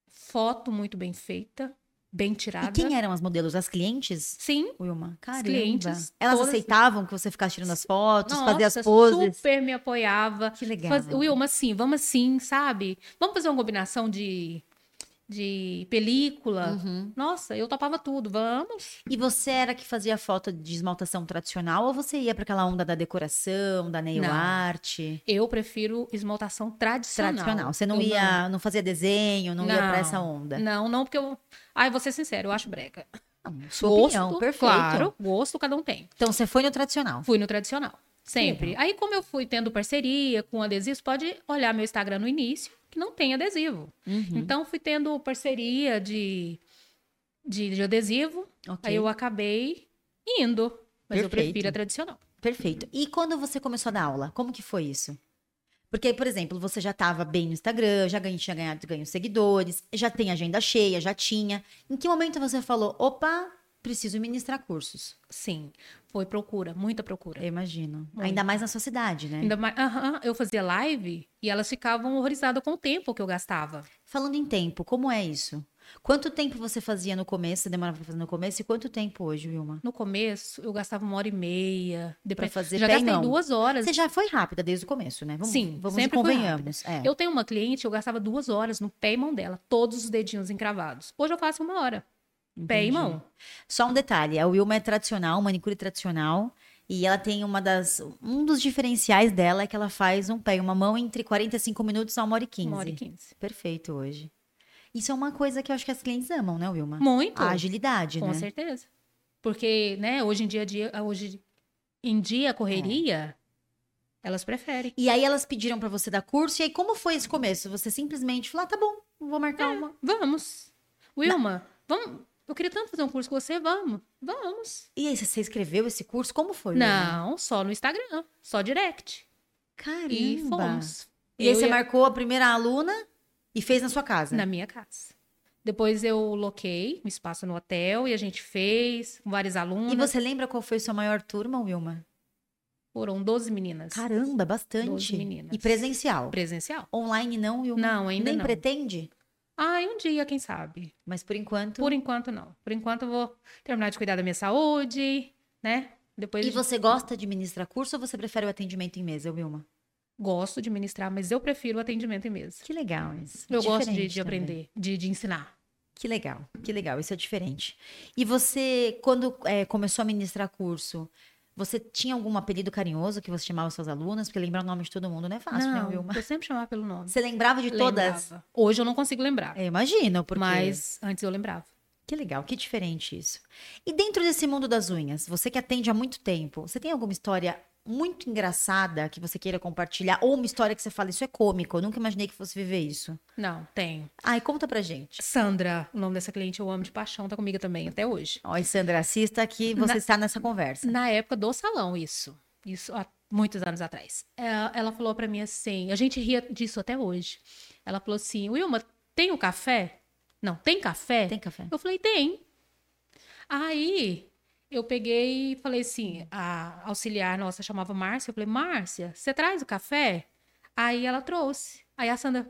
Speaker 2: Foto muito bem feita, bem tirada.
Speaker 1: E quem é? eram as modelos? As clientes?
Speaker 2: Sim.
Speaker 1: Wilma, caramba.
Speaker 2: clientes,
Speaker 1: Elas
Speaker 2: todas-
Speaker 1: aceitavam que você ficasse tirando as fotos, fazer as
Speaker 2: Nossa,
Speaker 1: poses.
Speaker 2: super me apoiava.
Speaker 1: Que legal.
Speaker 2: Faz... Wilma, assim, vamos assim, sabe? Vamos fazer uma combinação de, de película.
Speaker 1: Uhum.
Speaker 2: Nossa, eu topava tudo. Vamos.
Speaker 1: E você era que fazia foto de esmaltação tradicional ou você ia pra aquela onda da decoração, da nail
Speaker 2: Não.
Speaker 1: art?
Speaker 2: Eu prefiro esmaltação tradicional.
Speaker 1: Tradicional. Você não
Speaker 2: Eu
Speaker 1: ia, não. fazia desenho, não, ia pra
Speaker 2: Não.
Speaker 1: essa onda.
Speaker 2: Não, não, porque eu. Ai, vou ser sincero, eu acho brega.
Speaker 1: Não, Sua opinião, perfeito.
Speaker 2: Claro, gosto cada um tem.
Speaker 1: Então você foi no tradicional.
Speaker 2: Fui no tradicional, sempre. Aí, como eu fui tendo parceria com adesivos, pode olhar meu Instagram no início, que não tem adesivo.
Speaker 1: Uhum.
Speaker 2: Então, fui tendo parceria de, de, de adesivo,
Speaker 1: Ok.
Speaker 2: aí eu acabei indo. Mas eu
Speaker 1: Perfeito.
Speaker 2: prefiro a tradicional.
Speaker 1: Perfeito. E quando você começou a dar aula, como que foi isso? Porque aí, por exemplo, você já estava bem no Instagram, já ganha- tinha ganhado ganho seguidores, já tem agenda cheia, já tinha. Em que momento você falou, opa, preciso ministrar cursos?
Speaker 2: Sim, foi procura, muita procura.
Speaker 1: Eu imagino.
Speaker 2: Muito.
Speaker 1: Ainda mais na sua cidade, né?
Speaker 2: Ainda mais, aham, eu fazia live e elas ficavam horrorizadas com o tempo que eu gastava.
Speaker 1: Falando em tempo, como é isso? Quanto tempo você fazia no começo, você demorava pra fazer no começo, e quanto tempo hoje, Vilma?
Speaker 2: No começo, eu gastava uma hora e meia. Depois
Speaker 1: fazer
Speaker 2: já
Speaker 1: pé e
Speaker 2: gastei
Speaker 1: mão.
Speaker 2: duas horas.
Speaker 1: Você já foi rápida desde o começo, né? Vamos,
Speaker 2: Sim,
Speaker 1: vamos
Speaker 2: sempre
Speaker 1: e
Speaker 2: fui
Speaker 1: convenhamos. É.
Speaker 2: Eu tenho uma cliente, eu gastava duas horas no pé e mão dela, todos os dedinhos encravados. Hoje eu faço uma hora, pé e
Speaker 1: Entendi.
Speaker 2: mão.
Speaker 1: Só um detalhe, a Wilma é tradicional, manicure tradicional, e ela tem uma das um dos diferenciais dela é que ela faz um pé e uma mão entre 45 minutos a 1 hora e 15.
Speaker 2: Uma hora e quinze.
Speaker 1: Perfeito hoje. Isso é uma coisa que eu acho que as clientes amam, né, Wilma?
Speaker 2: Muito,
Speaker 1: A agilidade,
Speaker 2: com
Speaker 1: né?
Speaker 2: certeza. Porque, né, hoje em dia, dia hoje em dia, a correria,
Speaker 1: É.
Speaker 2: elas preferem.
Speaker 1: E aí elas pediram pra você dar curso, e aí como foi esse começo? Você simplesmente falou, ah, tá bom, vou marcar
Speaker 2: É.
Speaker 1: uma.
Speaker 2: Vamos. Wilma, vamos. Eu queria tanto fazer um curso com você, vamos. Vamos.
Speaker 1: E aí, você escreveu esse curso? Como foi? Wilma?
Speaker 2: Não, só no Instagram, só direct.
Speaker 1: Caramba!
Speaker 2: E fomos.
Speaker 1: E aí
Speaker 2: Eu
Speaker 1: você
Speaker 2: e a-
Speaker 1: marcou né? a primeira aluna e fez na sua casa?
Speaker 2: Na minha casa. Depois eu loquei um espaço no hotel e a gente fez com várias alunas.
Speaker 1: E você lembra qual foi a sua maior turma, Wilma?
Speaker 2: Foram 12 meninas.
Speaker 1: Caramba, bastante.
Speaker 2: Doze meninas.
Speaker 1: E presencial.
Speaker 2: Presencial.
Speaker 1: Online não, Wilma?
Speaker 2: Não, ainda
Speaker 1: Nem
Speaker 2: não.
Speaker 1: pretende?
Speaker 2: Ai, um dia, quem sabe?
Speaker 1: Mas por enquanto.
Speaker 2: Por enquanto, não. Por enquanto, eu vou terminar de cuidar da minha saúde, né? Depois
Speaker 1: E
Speaker 2: eu
Speaker 1: você gosta de ministrar curso ou você prefere o atendimento em mesa, Wilma?
Speaker 2: gosto de ministrar, mas eu prefiro o atendimento em mesa.
Speaker 1: Que legal isso.
Speaker 2: Eu gosto de,
Speaker 1: É Diferente
Speaker 2: de
Speaker 1: também.
Speaker 2: aprender, de, de ensinar.
Speaker 1: Que legal, que legal, isso é diferente. E você, quando eh, começou a ministrar curso, você tinha algum apelido carinhoso que você chamava suas alunas? Porque lembrar o nome de todo mundo não é fácil, né,
Speaker 2: não,
Speaker 1: Wilma?
Speaker 2: eu sempre chamava pelo nome.
Speaker 1: Você lembrava de todas?
Speaker 2: Lembrava. Hoje eu não consigo lembrar,
Speaker 1: Eu imagino, porque...
Speaker 2: mas antes eu lembrava.
Speaker 1: Que legal, que diferente isso. E dentro desse mundo das unhas, você que atende há muito tempo, você tem alguma história muito engraçada que você queira compartilhar? Ou uma história que você fala, isso é cômico, eu nunca imaginei que fosse viver isso.
Speaker 2: Não, tenho.
Speaker 1: Ai, conta pra gente.
Speaker 2: Sandra, o nome dessa cliente eu amo de paixão, tá comigo também até hoje.
Speaker 1: Ó, e Sandra, assista que você
Speaker 2: Na-
Speaker 1: está nessa conversa.
Speaker 2: Na época do salão, isso. Isso há muitos anos atrás. Ela, ela falou pra mim assim, a gente ria disso até hoje. Ela falou assim, Wilma, tem o café? Não, tem café?
Speaker 1: Tem café?
Speaker 2: Eu falei, tem. Aí eu peguei e falei assim, a auxiliar nossa chamava Márcia, eu falei, Márcia, você traz o café? Aí ela trouxe. Aí a Sandra,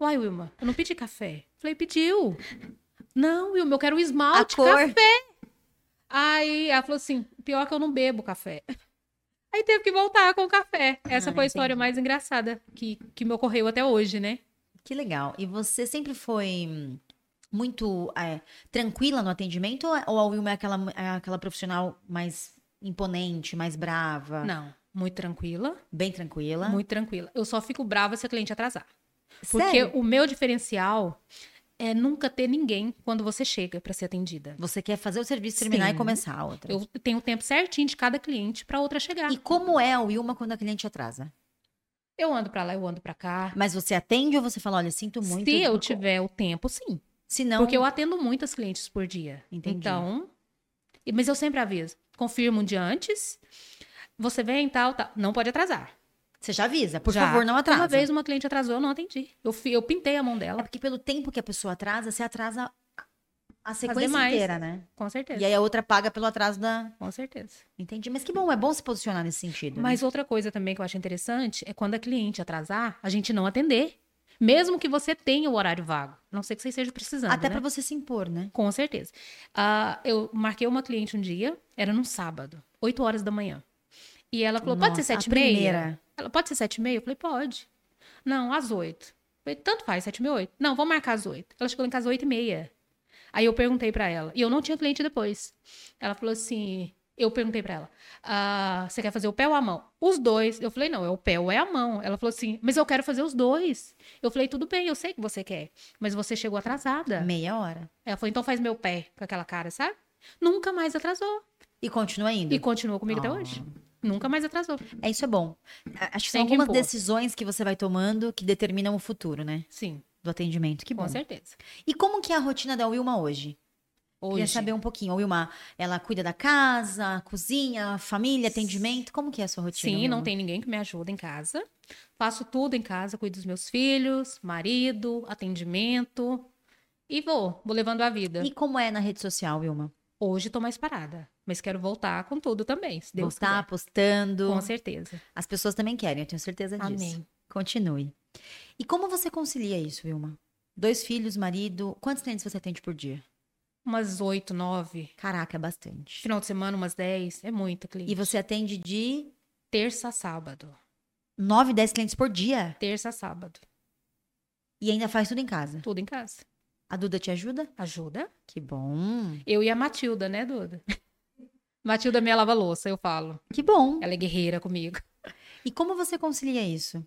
Speaker 2: uai, Wilma, eu não pedi café. Falei, pediu. Não, Wilma, eu quero um esmalte,
Speaker 1: cor.
Speaker 2: café. Aí ela falou assim, pior que eu não bebo café. Aí teve que voltar com o café. Essa
Speaker 1: Ah,
Speaker 2: foi a história
Speaker 1: entendi.
Speaker 2: mais engraçada que, que me ocorreu até hoje, né?
Speaker 1: Que legal. E você sempre foi hum, muito é, tranquila no atendimento ou, ou a Wilma é aquela, é aquela profissional mais imponente, mais brava,
Speaker 2: Não, muito tranquila,
Speaker 1: bem tranquila?
Speaker 2: muito tranquila. Eu só fico brava se a cliente atrasar. Porque
Speaker 1: Sério?
Speaker 2: o meu diferencial é nunca ter ninguém quando você chega para ser atendida.
Speaker 1: Você quer fazer o serviço terminar
Speaker 2: Sim.
Speaker 1: e começar a outra.
Speaker 2: Eu tenho o tempo certinho de cada cliente para outra chegar.
Speaker 1: E como é a Wilma quando a cliente atrasa?
Speaker 2: Eu ando para lá, eu ando para cá.
Speaker 1: Mas você atende ou você fala, olha, sinto muito. Então
Speaker 2: Se eu tiver o tempo, sim.
Speaker 1: Se não,
Speaker 2: Porque eu atendo muitas clientes por dia.
Speaker 1: Entendi.
Speaker 2: Então, e- mas eu sempre aviso. Confirmo um dia antes. Você vem, tal, tal. Não pode atrasar.
Speaker 1: você já avisa. Por
Speaker 2: Já.
Speaker 1: favor, não atrasa.
Speaker 2: Uma vez uma cliente atrasou, eu não atendi. Eu, fi- eu pintei a mão
Speaker 1: É
Speaker 2: dela,
Speaker 1: porque pelo tempo que a pessoa atrasa, você atrasa a- a sequência
Speaker 2: demais.
Speaker 1: inteira, né?
Speaker 2: com certeza.
Speaker 1: E aí a outra paga pelo atraso da...
Speaker 2: Com certeza.
Speaker 1: Entendi. Mas que bom, é bom se posicionar nesse sentido. né?
Speaker 2: Mas outra coisa também que eu acho interessante é quando a cliente atrasar, a gente não atender. Mesmo que você tenha o horário vago. A Não sei que você esteja precisando.
Speaker 1: Até
Speaker 2: né?
Speaker 1: pra você se impor, né?
Speaker 2: Com certeza. Ah, eu marquei uma cliente um dia, era num sábado, 8 horas da manhã. E ela falou: pode ser
Speaker 1: Nossa, a
Speaker 2: 7 e meia?
Speaker 1: primeira.
Speaker 2: Ela, pode ser 7 e meia? Eu falei, pode. Não, às 8. Falei, tanto faz, 7 e meia, 8. Não, vou marcar às 8. Ela chegou em casa às 8 e meia. Aí eu perguntei pra ela, e eu não tinha cliente depois. Ela falou assim: eu perguntei pra ela, "Ah, você quer fazer o pé ou a mão? Os dois. Eu falei, não, é o pé ou é a mão. Ela falou assim, mas eu quero fazer os dois. Eu falei, tudo bem, eu sei que você quer, mas você chegou atrasada.
Speaker 1: Meia hora.
Speaker 2: Ela falou, então faz meu pé com aquela cara, sabe? Nunca mais atrasou.
Speaker 1: E continua indo.
Speaker 2: E continua comigo até
Speaker 1: Ah.
Speaker 2: hoje. Nunca mais atrasou.
Speaker 1: É, isso é bom. A- Acho que são
Speaker 2: Tem que
Speaker 1: algumas
Speaker 2: impor.
Speaker 1: decisões que você vai tomando que determinam o futuro, né?
Speaker 2: Sim,
Speaker 1: Do atendimento. Que bom.
Speaker 2: com certeza.
Speaker 1: E como que é a rotina da Wilma hoje? Queria
Speaker 2: Hoje.
Speaker 1: saber um pouquinho. Ô, Wilmar, ela cuida da casa, cozinha, família, atendimento? Como que é a sua rotina?
Speaker 2: Sim, não
Speaker 1: Wilma?
Speaker 2: tem ninguém que me ajuda em casa. Faço tudo em casa, cuido dos meus filhos, marido, atendimento. E vou, vou levando a vida.
Speaker 1: E como é na rede social, Wilma?
Speaker 2: Hoje tô mais parada, mas quero voltar com tudo também, se Deus
Speaker 1: Voltar, tá postando.
Speaker 2: quiser. Com certeza.
Speaker 1: As pessoas também querem, eu tenho certeza disso.
Speaker 2: Amém.
Speaker 1: Continue. E como você concilia isso, Wilma? Dois filhos, marido. Quantos clientes você atende por dia?
Speaker 2: Umas oito, nove.
Speaker 1: Caraca, é bastante.
Speaker 2: Final de semana, umas dez. É muito, cliente.
Speaker 1: E você atende de
Speaker 2: Terça a sábado.
Speaker 1: 9, 10 clientes por dia.
Speaker 2: Terça a sábado.
Speaker 1: E ainda faz tudo em casa.
Speaker 2: Tudo em casa.
Speaker 1: A Duda te ajuda?
Speaker 2: Ajuda?
Speaker 1: Que bom.
Speaker 2: Eu e a Matilda, né, Duda? Matilda me lava louça, eu falo.
Speaker 1: Que bom.
Speaker 2: Ela é guerreira comigo.
Speaker 1: E como você concilia isso?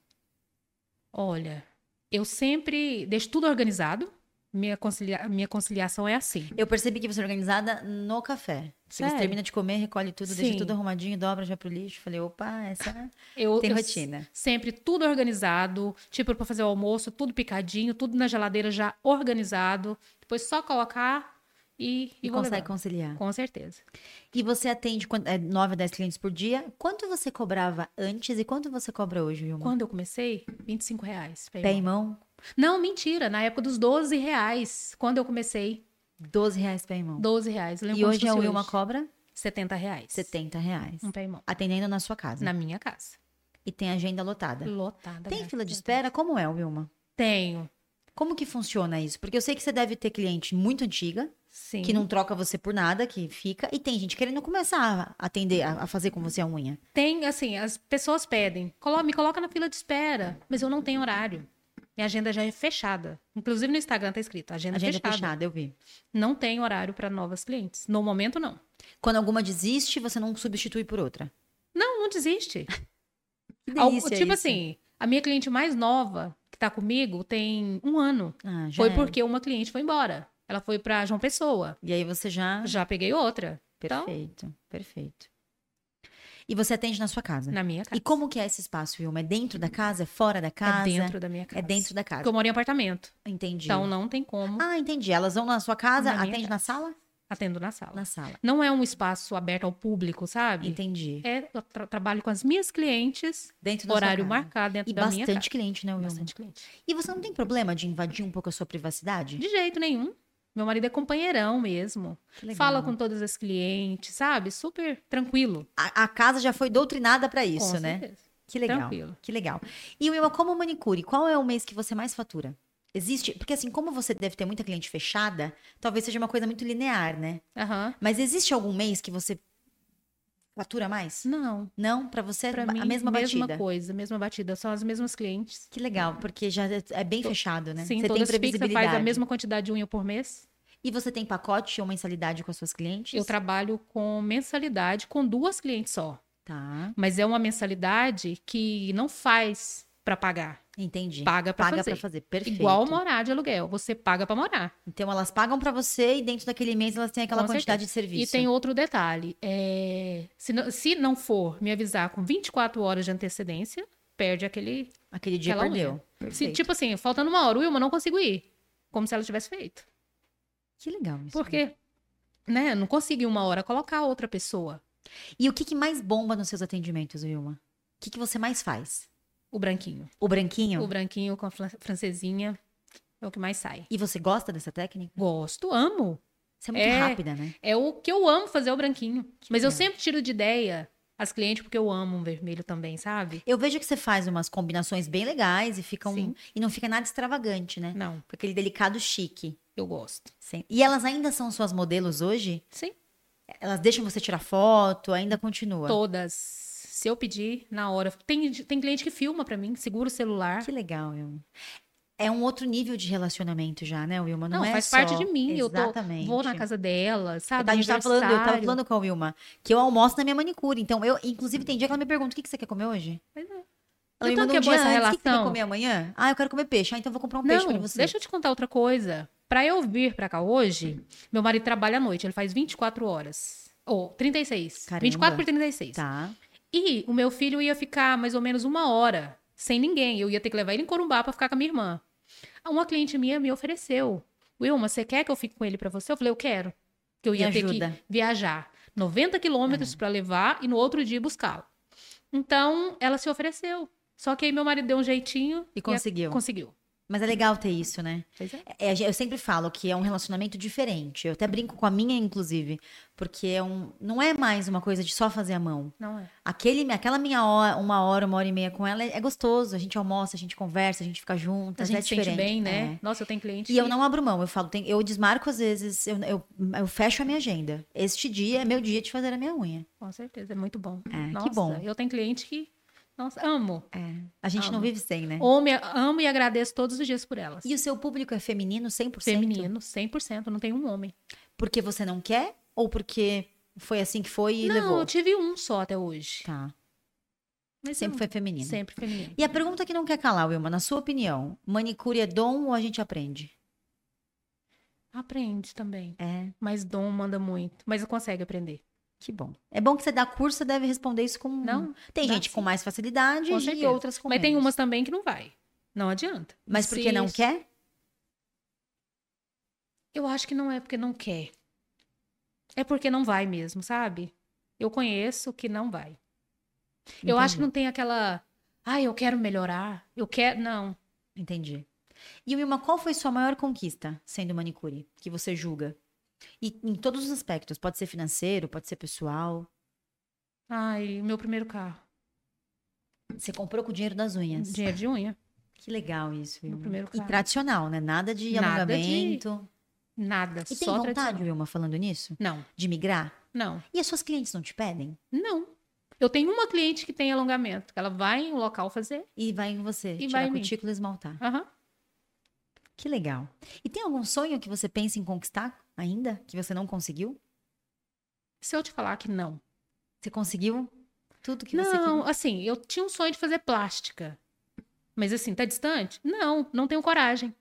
Speaker 2: Olha, eu sempre deixo tudo organizado. Minha, concilia- minha conciliação é assim.
Speaker 1: Eu percebi que você é organizada no café. Você
Speaker 2: Sério?
Speaker 1: termina de comer, recolhe tudo, deixa
Speaker 2: Sim.
Speaker 1: tudo arrumadinho, dobra, já pro lixo. Falei, opa, essa
Speaker 2: Eu,
Speaker 1: tem
Speaker 2: eu
Speaker 1: rotina.
Speaker 2: Sempre tudo organizado, tipo para fazer o almoço, tudo picadinho, tudo na geladeira já organizado. Depois só colocar e,
Speaker 1: E,
Speaker 2: e vou
Speaker 1: consegue
Speaker 2: levando.
Speaker 1: conciliar.
Speaker 2: Com certeza.
Speaker 1: E você atende 9 a 10 clientes por dia. Quanto você cobrava antes e quanto você cobra hoje, Vilma?
Speaker 2: Quando eu comecei, 25 reais. pé em
Speaker 1: Pé
Speaker 2: mão.
Speaker 1: em mão?
Speaker 2: Não, mentira, na época dos 12 reais. Quando eu comecei,
Speaker 1: 12 reais pé em mão.
Speaker 2: 12 reais. Eu lembro
Speaker 1: E
Speaker 2: como
Speaker 1: hoje é
Speaker 2: se
Speaker 1: a
Speaker 2: fosse
Speaker 1: Wilma
Speaker 2: hoje.
Speaker 1: cobra
Speaker 2: 70 reais.
Speaker 1: 70 reais.
Speaker 2: Um pé em mão.
Speaker 1: Atendendo na sua casa.
Speaker 2: Na minha casa.
Speaker 1: E tem agenda lotada. Né?
Speaker 2: Lotada.
Speaker 1: Tem
Speaker 2: graças
Speaker 1: fila de
Speaker 2: a Deus.
Speaker 1: espera? Como é, Wilma?
Speaker 2: Tenho.
Speaker 1: Como que funciona isso? Porque eu sei que você deve ter cliente muito antiga,
Speaker 2: Sim.
Speaker 1: que não troca você por nada, que fica. E tem gente querendo começar a atender, a a fazer com você a unha.
Speaker 2: Tem, assim, as pessoas pedem, "Colo- me coloca na fila de espera, mas eu não tenho horário. Minha agenda já é fechada. Inclusive no Instagram tá escrito, agenda,
Speaker 1: Agenda
Speaker 2: fechada.
Speaker 1: fechada, eu vi.
Speaker 2: Não tem horário para novas clientes. No momento, não.
Speaker 1: Quando alguma desiste, você não substitui por outra.
Speaker 2: Não, não desiste.
Speaker 1: Que
Speaker 2: Al-
Speaker 1: delícia
Speaker 2: tipo
Speaker 1: isso.
Speaker 2: assim, a minha cliente mais nova, que tá comigo, tem um ano.
Speaker 1: Ah, já
Speaker 2: foi
Speaker 1: era.
Speaker 2: porque uma cliente foi embora. Ela foi pra João Pessoa.
Speaker 1: E aí você já.
Speaker 2: Já peguei outra. Então-
Speaker 1: Ah. Perfeito, perfeito. E você atende na sua casa?
Speaker 2: Na minha casa.
Speaker 1: E como que é esse espaço, Vilma? É dentro da casa? É fora da
Speaker 2: É
Speaker 1: casa?
Speaker 2: dentro da minha casa.
Speaker 1: É dentro da casa.
Speaker 2: Porque eu moro em apartamento.
Speaker 1: Entendi.
Speaker 2: Então não tem como.
Speaker 1: Ah, entendi. Elas vão na sua casa,
Speaker 2: Na minha
Speaker 1: atende na sala?
Speaker 2: Atendo na sala.
Speaker 1: Na sala.
Speaker 2: Não é um espaço aberto ao público, sabe?
Speaker 1: Ah. Entendi.
Speaker 2: É, eu tra- trabalho com as minhas clientes,
Speaker 1: Dentro da sua
Speaker 2: horário
Speaker 1: casa.
Speaker 2: marcado dentro
Speaker 1: E
Speaker 2: da minha casa.
Speaker 1: bastante cliente, né, Wilma?
Speaker 2: Bastante cliente.
Speaker 1: E você não tem problema de invadir um pouco a sua privacidade?
Speaker 2: De jeito nenhum. Meu marido é companheirão mesmo.
Speaker 1: Que legal.
Speaker 2: Fala com todas as clientes, sabe? Super tranquilo.
Speaker 1: A, a casa já foi doutrinada pra isso,
Speaker 2: com
Speaker 1: né?
Speaker 2: certeza.
Speaker 1: Que legal.
Speaker 2: Tranquilo.
Speaker 1: Que legal. E Wilma, como manicure, qual é o mês que você mais fatura? Existe, porque assim, como você deve ter muita cliente fechada, talvez seja uma coisa muito linear, né?
Speaker 2: Aham.
Speaker 1: Mas existe algum mês que você fatura mais?
Speaker 2: Não,
Speaker 1: Não, Pra você é
Speaker 2: pra
Speaker 1: ba-
Speaker 2: mim,
Speaker 1: a mesma batida.
Speaker 2: coisa, mesma batida. São as mesmas clientes.
Speaker 1: Que legal, porque já é- é bem fechado, né?
Speaker 2: Sim,
Speaker 1: você tem
Speaker 2: todas fixas,
Speaker 1: previsibilidade.
Speaker 2: faz a mesma quantidade de unha por mês.
Speaker 1: E você tem pacote ou mensalidade com as suas clientes?
Speaker 2: Eu trabalho com mensalidade com duas clientes só.
Speaker 1: Tá,
Speaker 2: Mas é uma mensalidade que não faz pra pagar.
Speaker 1: entendi.
Speaker 2: Paga pra
Speaker 1: Paga
Speaker 2: fazer.
Speaker 1: pra fazer, perfeito.
Speaker 2: Igual morar de aluguel. Você paga pra morar.
Speaker 1: Então elas pagam pra você e dentro daquele mês elas têm aquela
Speaker 2: Com
Speaker 1: quantidade de
Speaker 2: E
Speaker 1: serviço.
Speaker 2: tem outro detalhe. é, Se, não, se não for me avisar com 24 horas de antecedência, perde aquele.
Speaker 1: Aquele dia
Speaker 2: aquela
Speaker 1: perdeu.
Speaker 2: Se,
Speaker 1: Perfeito.
Speaker 2: tipo assim, faltando uma hora, Wilma, não consigo ir. Como se ela tivesse feito.
Speaker 1: Que legal isso.
Speaker 2: Porque, né, não consegui uma hora colocar outra pessoa.
Speaker 1: E o que, que mais bomba nos seus atendimentos, Wilma? O que, que você mais faz?
Speaker 2: O branquinho.
Speaker 1: O branquinho?
Speaker 2: O branquinho com a flan- francesinha é o que mais sai.
Speaker 1: E você gosta dessa técnica?
Speaker 2: Gosto, amo.
Speaker 1: Você é muito
Speaker 2: É.
Speaker 1: rápida, né?
Speaker 2: É o que eu amo fazer o branquinho. Mas eu
Speaker 1: legal.
Speaker 2: sempre tiro de ideia as clientes porque eu amo um vermelho também, sabe?
Speaker 1: Eu vejo que você faz umas combinações bem legais e fica um-
Speaker 2: Sim.
Speaker 1: e não fica nada extravagante, né?
Speaker 2: Não,
Speaker 1: Com aquele delicado chique.
Speaker 2: eu gosto.
Speaker 1: Sim. E elas ainda são suas modelos hoje?
Speaker 2: Sim.
Speaker 1: Elas deixam você tirar foto, ainda continua.
Speaker 2: Todas. Se eu pedir, na hora. Tem, tem cliente que filma pra mim, segura o celular.
Speaker 1: Que legal, Wilma. É um outro nível de relacionamento já, né, Wilma? Não,
Speaker 2: Não,
Speaker 1: é
Speaker 2: faz
Speaker 1: só-
Speaker 2: parte de mim.
Speaker 1: Exatamente.
Speaker 2: Eu tô, vou na casa dela, sabe?
Speaker 1: Tá, a gente tava falando, eu tava
Speaker 2: Aniversário.
Speaker 1: falando com a Wilma, que eu almoço na minha manicure. Então, eu, inclusive, tem dia que ela me pergunta: o que, que você quer comer hoje?
Speaker 2: Mas não.
Speaker 1: Ela me
Speaker 2: Então,
Speaker 1: manda
Speaker 2: que
Speaker 1: um
Speaker 2: é
Speaker 1: dia
Speaker 2: boa essa
Speaker 1: antes, o que que você quer
Speaker 2: relação?
Speaker 1: comer amanhã? Ah, eu quero comer peixe. Ah, então eu vou comprar um peixe pra
Speaker 2: Não,
Speaker 1: você.
Speaker 2: deixa eu te contar outra coisa. Pra eu vir pra cá hoje, meu marido trabalha à noite. Ele faz 24 horas. Ou 36.
Speaker 1: Caramba.
Speaker 2: 24 por 36.
Speaker 1: Tá.
Speaker 2: E o meu filho ia ficar mais ou menos uma hora sem ninguém. Eu ia ter que levar ele em Corumbá pra ficar com a minha irmã. Uma cliente minha me ofereceu. Wilma, você quer que eu fique com ele pra você? Eu falei, eu quero. que eu ia
Speaker 1: Me
Speaker 2: ter que
Speaker 1: ajuda. Tá.
Speaker 2: viajar 90 quilômetros para levar e no outro dia buscá-lo. Então, ela se ofereceu. Só que aí meu marido deu um jeitinho
Speaker 1: E conseguiu.
Speaker 2: a- conseguiu.
Speaker 1: Mas é legal ter isso, né?
Speaker 2: Pois é.
Speaker 1: É, eu sempre falo que é um relacionamento diferente. Eu até brinco com a minha, inclusive, porque é um, não é mais uma coisa de só fazer a mão.
Speaker 2: Não é.
Speaker 1: Aquele, aquela minha hora, uma hora, uma hora e meia com ela é, é gostoso. A gente almoça, a gente conversa, a gente fica junto.
Speaker 2: A gente
Speaker 1: é
Speaker 2: se sente
Speaker 1: diferente.
Speaker 2: bem, né?
Speaker 1: É.
Speaker 2: Nossa, eu tenho cliente.
Speaker 1: E eu
Speaker 2: que-
Speaker 1: não abro mão, eu falo, tem- eu desmarco às vezes, eu, eu, eu fecho a minha agenda. Este dia é meu dia de fazer a minha unha.
Speaker 2: Com certeza, é muito bom.
Speaker 1: É, que
Speaker 2: Nossa,
Speaker 1: bom.
Speaker 2: Eu tenho cliente que. Nossa, amo.
Speaker 1: A gente não
Speaker 2: Amo.
Speaker 1: vive sem, né?
Speaker 2: Amo, e- amo e agradeço todos os dias por elas.
Speaker 1: E o seu público é feminino 100%?
Speaker 2: Feminino, 100%, não tem um homem.
Speaker 1: Porque você não quer? Ou porque foi assim que foi e
Speaker 2: não, eu
Speaker 1: levou?
Speaker 2: tive um só até hoje.
Speaker 1: Tá.
Speaker 2: Mas
Speaker 1: Sempre
Speaker 2: eu-
Speaker 1: foi feminino.
Speaker 2: Sempre feminino.
Speaker 1: E a pergunta que não quer calar, Wilma, na sua opinião, manicure é dom ou a gente aprende?
Speaker 2: Aprende também.
Speaker 1: É,
Speaker 2: Mas dom manda muito. Mas consegue aprender.
Speaker 1: que bom. É bom que você dá curso, você deve responder isso com.
Speaker 2: Não,
Speaker 1: Tem
Speaker 2: dá
Speaker 1: gente
Speaker 2: sim.
Speaker 1: com mais facilidade
Speaker 2: Com
Speaker 1: e
Speaker 2: certeza.
Speaker 1: outras com
Speaker 2: Mas tem
Speaker 1: menos.
Speaker 2: umas também que não vai. Não adianta.
Speaker 1: Mas porque não
Speaker 2: Insiste.
Speaker 1: quer?
Speaker 2: Eu acho que não é porque não quer. É porque não vai mesmo, sabe? Eu conheço que não vai. Eu acho que não tem aquela. Ah, eu quero melhorar. Eu quero. Não.
Speaker 1: Entendi. E Wilma, qual foi sua maior conquista sendo manicure, que você julga? E em todos os aspectos, pode ser financeiro, pode ser pessoal.
Speaker 2: Ai, meu primeiro carro.
Speaker 1: Você comprou com o dinheiro das unhas.
Speaker 2: Dinheiro de unha.
Speaker 1: Que legal isso,
Speaker 2: Meu
Speaker 1: Wilma.
Speaker 2: primeiro
Speaker 1: E
Speaker 2: carro.
Speaker 1: tradicional, né? Nada de
Speaker 2: Nada de-
Speaker 1: alongamento.
Speaker 2: Nada.
Speaker 1: E tem
Speaker 2: só
Speaker 1: vontade,
Speaker 2: tradicional.
Speaker 1: Wilma, falando nisso?
Speaker 2: Não,
Speaker 1: De migrar?
Speaker 2: não,
Speaker 1: E as suas clientes não te pedem?
Speaker 2: não. Eu tenho uma cliente que tem alongamento. que Ela vai em um local fazer.
Speaker 1: E vai em você,
Speaker 2: E
Speaker 1: tirar
Speaker 2: vai
Speaker 1: a
Speaker 2: em mim.
Speaker 1: cutícula e esmaltar.
Speaker 2: Aham.
Speaker 1: Que legal. E tem algum sonho que você pensa em conquistar ainda, que você não conseguiu?
Speaker 2: Se eu te falar que não.
Speaker 1: Você conseguiu tudo que você
Speaker 2: não,
Speaker 1: queria?
Speaker 2: assim, eu tinha um sonho de fazer plástica. Mas assim, tá distante? Não, não tenho coragem.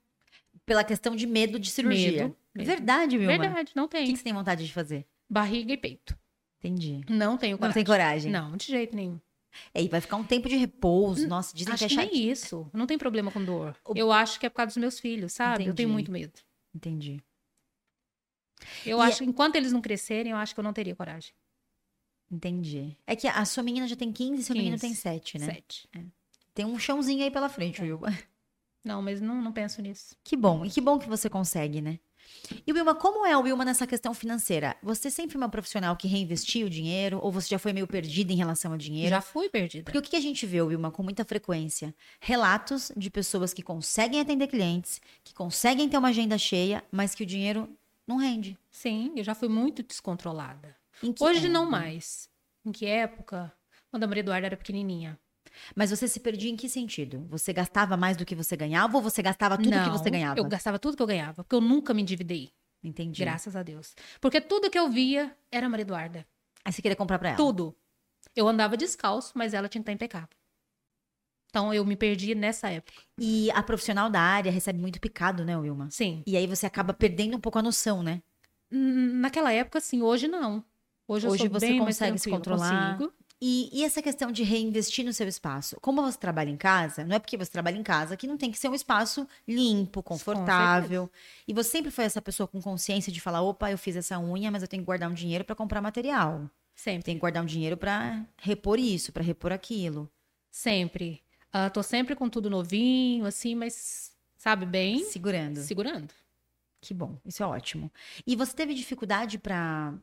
Speaker 1: Pela questão de medo de cirurgia.
Speaker 2: Medo, medo.
Speaker 1: Verdade, Wilma.
Speaker 2: Verdade, não
Speaker 1: O que
Speaker 2: tenho.
Speaker 1: que você tem vontade de fazer?
Speaker 2: Barriga e peito.
Speaker 1: Entendi.
Speaker 2: Não tenho
Speaker 1: Não tem
Speaker 2: coragem.
Speaker 1: coragem.
Speaker 2: Não, de jeito nenhum.
Speaker 1: É, e vai ficar um tempo de repouso. Nossa, dizem
Speaker 2: Acho
Speaker 1: que
Speaker 2: que
Speaker 1: é chato.
Speaker 2: nem isso. Não tem problema com dor.
Speaker 1: O-
Speaker 2: Eu acho que é por causa dos meus filhos, sabe? Eu tenho
Speaker 1: Entendi.
Speaker 2: muito medo.
Speaker 1: Entendi.
Speaker 2: Eu
Speaker 1: E- é
Speaker 2: acho, enquanto eles não crescerem, eu acho que eu não teria coragem.
Speaker 1: Entendi. É que a sua menina já tem 15 e seu menino
Speaker 2: 15,
Speaker 1: tem 7, né?
Speaker 2: Sete. É.
Speaker 1: Tem um chãozinho aí pela frente, Wilma.
Speaker 2: Não, mas não, não penso nisso.
Speaker 1: Que bom, e que bom que você consegue, né? E Wilma, como é o Wilma nessa questão financeira? Você é sempre foi uma profissional que reinvestiu o dinheiro ou você já foi meio perdida em relação ao dinheiro?
Speaker 2: Já fui perdida.
Speaker 1: Porque o que a gente vê, Wilma, com muita frequência? Relatos de pessoas que conseguem atender clientes, que conseguem ter uma agenda cheia, mas que o dinheiro não rende.
Speaker 2: Sim, eu já fui muito descontrolada.
Speaker 1: Em que
Speaker 2: Hoje
Speaker 1: é?
Speaker 2: não mais. Em que época? Quando a Maria Eduarda era pequenininha.
Speaker 1: Mas você se perdia em que sentido? Você gastava mais do que você ganhava ou você gastava tudo que
Speaker 2: Não,
Speaker 1: você ganhava?
Speaker 2: Eu gastava tudo que eu ganhava, porque eu nunca me endividei.
Speaker 1: Entendi.
Speaker 2: Graças a Deus. Porque tudo que eu via era a Maria Eduarda.
Speaker 1: Aí você queria comprar pra ela?
Speaker 2: Tudo. Eu andava descalço, mas ela tinha que estar impecável. Então eu me perdi nessa época.
Speaker 1: E a profissional da área recebe muito picado, né, Wilma?
Speaker 2: Sim.
Speaker 1: E aí você acaba perdendo um pouco a noção, né?
Speaker 2: Hum, Naquela época, sim. Hoje não. Hoje,
Speaker 1: Hoje
Speaker 2: eu sou
Speaker 1: você
Speaker 2: bem mais
Speaker 1: consegue se
Speaker 2: tranquila,
Speaker 1: controlar.
Speaker 2: Consigo.
Speaker 1: E, e essa questão de reinvestir no seu espaço? Como você trabalha em casa, não é porque você trabalha em casa que não tem que ser um espaço limpo, confortável. e você sempre foi essa pessoa com consciência de falar: opa, eu fiz essa unha, mas eu tenho que guardar um dinheiro para comprar material.
Speaker 2: Sempre.
Speaker 1: Tenho que guardar um dinheiro para repor isso, para repor aquilo.
Speaker 2: Sempre. Ah, tô sempre com tudo novinho, assim, mas sabe bem?
Speaker 1: Segurando.
Speaker 2: Segurando.
Speaker 1: Que bom, isso é ótimo. E você teve dificuldade pra.